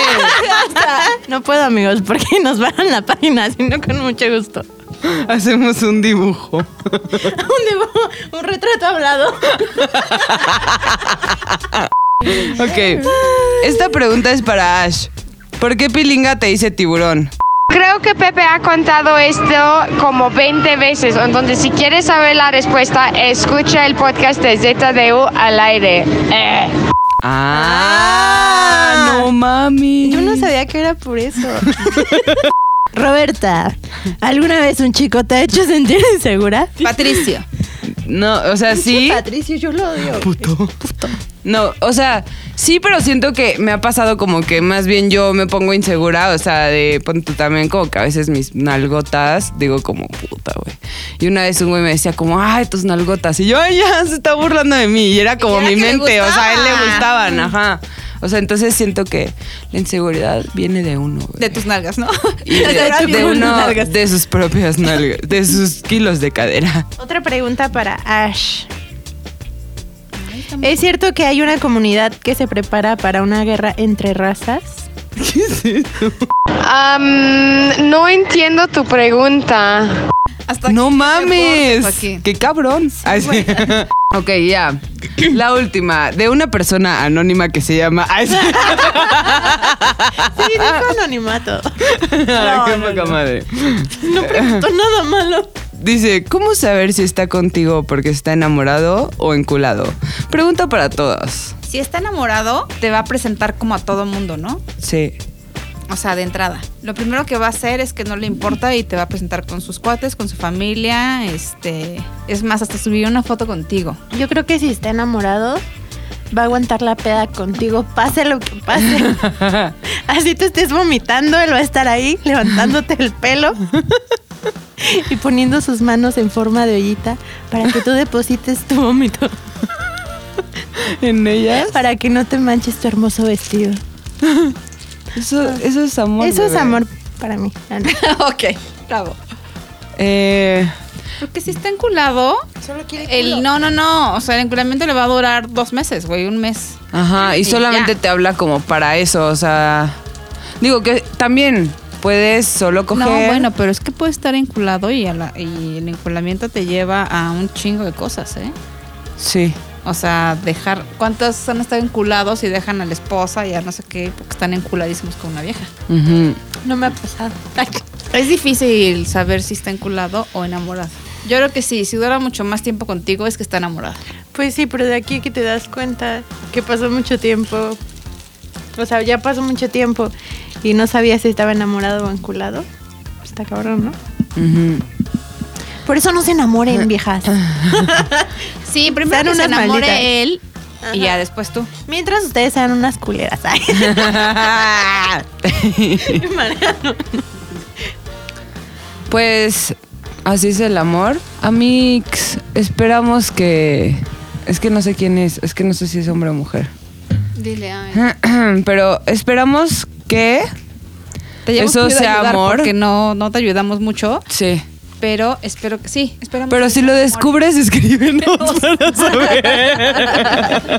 [SPEAKER 3] es.
[SPEAKER 4] No puedo, amigos, porque nos bajan la página, sino con mucho gusto.
[SPEAKER 3] Hacemos un dibujo.
[SPEAKER 4] Un dibujo, un retrato hablado.
[SPEAKER 3] Ok. Esta pregunta es para Ash. ¿Por qué Pilinga te dice tiburón?
[SPEAKER 10] Creo que Pepe ha contado esto como 20 veces, entonces si quieres saber la respuesta, escucha el podcast de ZDU al aire. Eh.
[SPEAKER 3] Ah, no mami.
[SPEAKER 4] Yo no sabía que era por eso. Roberta, ¿alguna vez un chico te ha hecho sentir insegura?
[SPEAKER 2] Patricio.
[SPEAKER 3] No, o sea, sí.
[SPEAKER 4] Patricio, yo lo odio.
[SPEAKER 3] No, o sea, sí, pero siento que me ha pasado como que más bien yo me pongo insegura, o sea, de pon tú también como que a veces mis nalgotas, digo como puta, güey. Y una vez un güey me decía como, ay, tus nalgotas. Y yo, ay, ya, se está burlando de mí. Y era como
[SPEAKER 2] era
[SPEAKER 3] mi
[SPEAKER 2] que le
[SPEAKER 3] mente, o sea, a él le
[SPEAKER 2] gustaba.
[SPEAKER 3] gustaban, ajá. O sea, entonces siento que la inseguridad viene de uno, güey.
[SPEAKER 2] De tus nalgas, ¿no?
[SPEAKER 3] Y de, de uno de sus propias nalgas, de sus kilos de cadera.
[SPEAKER 4] Otra pregunta para Ash. ¿Es cierto que hay una comunidad que se prepara para una guerra entre razas?
[SPEAKER 10] Am, no entiendo tu pregunta.
[SPEAKER 2] Hasta
[SPEAKER 3] no
[SPEAKER 2] aquí,
[SPEAKER 3] mames.
[SPEAKER 2] Joaquín.
[SPEAKER 3] Qué cabrón. Ay, sí. ok, ya. La última, de una persona anónima que se llama. Ay, sí.
[SPEAKER 4] Sí, dijo anonimato.
[SPEAKER 3] Qué poca madre.
[SPEAKER 4] No preguntó nada malo.
[SPEAKER 3] Dice, ¿cómo saber si está contigo porque está enamorado o enculado? Pregunta para todas.
[SPEAKER 2] Si está enamorado, te va a presentar como a todo mundo, ¿no?
[SPEAKER 3] Sí.
[SPEAKER 2] O sea, de entrada. Lo primero que va a hacer es que no le importa y te va a presentar con sus cuates, con su familia, este... Es más, hasta subir una foto contigo.
[SPEAKER 4] Yo creo que si está enamorado, va a aguantar la peda contigo, pase lo que pase. Así te estés vomitando, él va a estar ahí levantándote el pelo y poniendo sus manos en forma de ollita para que tú deposites tu vómito,
[SPEAKER 3] ¿En ella?
[SPEAKER 4] para que no te manches tu hermoso vestido.
[SPEAKER 3] Eso, eso es amor.
[SPEAKER 4] Eso es
[SPEAKER 3] bebé.
[SPEAKER 4] amor para mí. Ah, no.
[SPEAKER 2] ok, bravo.
[SPEAKER 3] Eh,
[SPEAKER 2] Porque si está enculado, el no, no, no. O sea, el enculamiento le va a durar dos meses, güey, un mes.
[SPEAKER 3] Ajá, y
[SPEAKER 2] Sí,
[SPEAKER 3] solamente
[SPEAKER 2] ya.
[SPEAKER 3] te habla como para eso, o sea. Digo que también puedes solo coger.
[SPEAKER 2] No, bueno, pero es que puede estar enculado y, a la- y el enculamiento te lleva a un chingo de cosas, ¿eh?
[SPEAKER 3] Sí.
[SPEAKER 2] O sea, dejar. ¿Cuántos han estado enculados y dejan a la esposa y a no sé qué porque están enculadísimos con una vieja?
[SPEAKER 3] Ujú.
[SPEAKER 4] No me ha pasado.
[SPEAKER 2] Es difícil saber si está enculado o enamorado. Yo creo que sí, si dura mucho más tiempo contigo es que está enamorado.
[SPEAKER 4] Pues sí, pero de aquí que te das cuenta que pasó mucho tiempo. O sea, ya pasó mucho tiempo y no sabía si estaba enamorado o enculado. pues Está cabrón, ¿no?
[SPEAKER 3] Ujú.
[SPEAKER 4] Por eso no se
[SPEAKER 3] Eh,
[SPEAKER 4] enamoren, viejas.
[SPEAKER 2] Sí, primero
[SPEAKER 4] Sean
[SPEAKER 2] que se
[SPEAKER 4] unas
[SPEAKER 2] enamore
[SPEAKER 4] malditas.
[SPEAKER 2] él y ya después tú.
[SPEAKER 4] Mientras ustedes sean unas culeras. Ay. Mariano.
[SPEAKER 3] Pues así es el amor. Amix, esperamos que. Es que no sé quién es, es que no sé si es hombre o mujer.
[SPEAKER 2] Dile, ay.
[SPEAKER 3] Pero esperamos que
[SPEAKER 2] Te llevo
[SPEAKER 3] Eso
[SPEAKER 2] podido
[SPEAKER 3] sea
[SPEAKER 2] ayudar
[SPEAKER 3] amor.
[SPEAKER 2] Porque no, no te ayudamos mucho,
[SPEAKER 3] Sí.
[SPEAKER 2] pero espero que sí. Esperamos
[SPEAKER 3] Pero
[SPEAKER 2] que
[SPEAKER 3] si
[SPEAKER 2] sea
[SPEAKER 3] lo
[SPEAKER 2] amor.
[SPEAKER 3] descubres, escríbenos para saber.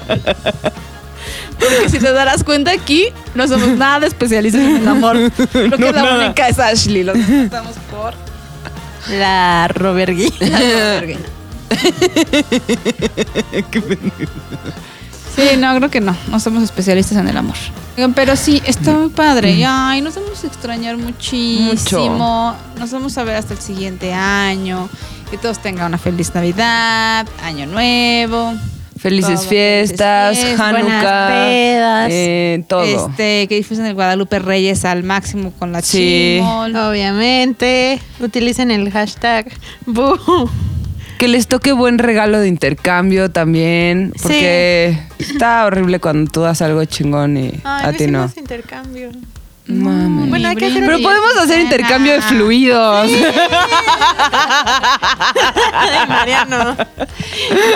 [SPEAKER 6] Porque si te darás cuenta aquí, no somos nada especialistas en el amor. Creo que la única es Ashley. Los estamos por
[SPEAKER 4] La Robert Guy.
[SPEAKER 2] Sí, no, creo que no. No somos especialistas en el amor. Oigan, Pero sí, está muy padre. Y, Ay, nos vamos a extrañar muchísimo. Nos vamos a ver hasta el siguiente año. Que todos tengan una feliz Navidad, Año Nuevo.
[SPEAKER 3] Felices
[SPEAKER 2] Todo,
[SPEAKER 3] fiestas,
[SPEAKER 2] felices fiestas,
[SPEAKER 3] Hanukkah,
[SPEAKER 4] pedas.
[SPEAKER 3] eh, todo.
[SPEAKER 2] Este, que disfruten el Guadalupe Reyes al máximo con la
[SPEAKER 3] Sí.
[SPEAKER 2] chimol.
[SPEAKER 4] Obviamente. Utilicen el hashtag Boo.
[SPEAKER 3] Que les toque buen regalo de intercambio también, porque está horrible cuando tú das algo chingón y
[SPEAKER 4] Ay,
[SPEAKER 3] a
[SPEAKER 4] no
[SPEAKER 3] ti no.
[SPEAKER 4] hicimos intercambio.
[SPEAKER 3] Mames.
[SPEAKER 4] Bueno, hay que hacer
[SPEAKER 3] Pero
[SPEAKER 4] un-
[SPEAKER 3] podemos hacer intercambio de fluidos.
[SPEAKER 4] Ay, Mariano.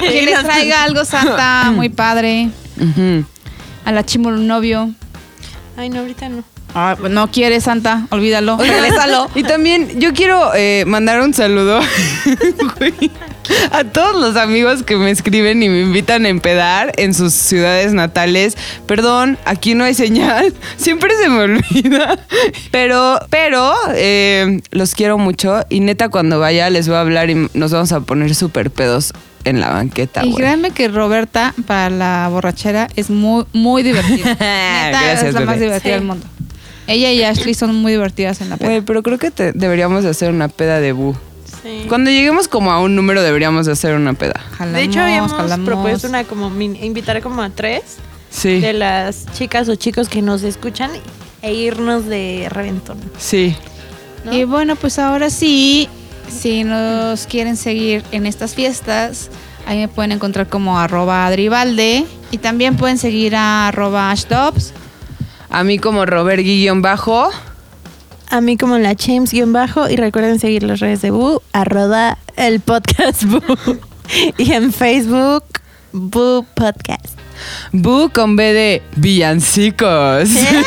[SPEAKER 2] Que les traiga algo santa, muy padre.
[SPEAKER 3] Ujú.
[SPEAKER 2] A la chimol un novio.
[SPEAKER 4] Ay, no, ahorita no.
[SPEAKER 2] Ah, no quiere santa, olvídalo.
[SPEAKER 3] Oigan,
[SPEAKER 2] Regrésalo.
[SPEAKER 3] Y también yo quiero eh, mandar un saludo güey, a todos los amigos que me escriben y me invitan a empedar en sus ciudades natales. Perdón, aquí no hay señal. Siempre se me olvida. Pero, pero eh, los quiero mucho y neta cuando vaya les voy a hablar y nos vamos a poner súper pedos en la banqueta.
[SPEAKER 2] Y
[SPEAKER 3] güey.
[SPEAKER 2] créanme que Roberta para la borrachera es muy, muy divertida. Neta,
[SPEAKER 3] Gracias,
[SPEAKER 2] es la más
[SPEAKER 3] bebé.
[SPEAKER 2] divertida del mundo. Ella y Ashley son muy divertidas en la peda.
[SPEAKER 3] Güey, pero creo que te- deberíamos de hacer una peda de bu.
[SPEAKER 4] Sí.
[SPEAKER 3] Cuando lleguemos como a un número deberíamos de hacer una peda.
[SPEAKER 4] de hecho, habíamos
[SPEAKER 2] Jalamos, jalamos.
[SPEAKER 4] propuesto una como min- invitar como a tres
[SPEAKER 3] Sí.
[SPEAKER 4] de las chicas o chicos que nos escuchan e irnos de reventón.
[SPEAKER 3] Sí.
[SPEAKER 4] ¿no?
[SPEAKER 2] Y bueno, pues ahora sí, si nos quieren seguir en estas fiestas, ahí me pueden encontrar como arroba adribalde. Y también pueden seguir a arroba ashdobs.
[SPEAKER 3] A mí como Robert guión bajo.
[SPEAKER 4] A mí como la James guión bajo y recuerden seguir las redes de Boo, arroba el podcast Boo y en Facebook Boo Podcast.
[SPEAKER 3] Bu con B de villancicos.
[SPEAKER 2] ¿Eh?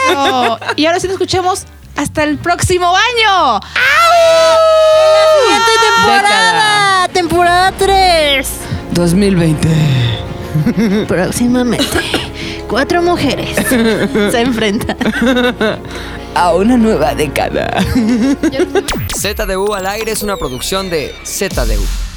[SPEAKER 2] Eso. Y ahora sí nos escuchamos hasta el próximo año.
[SPEAKER 3] Década.
[SPEAKER 4] temporada 3.
[SPEAKER 3] 2020. Mm.
[SPEAKER 4] Próximamente, cuatro mujeres se enfrentan.
[SPEAKER 3] A una nueva década.
[SPEAKER 11] ZDU al aire es una producción de ZDU.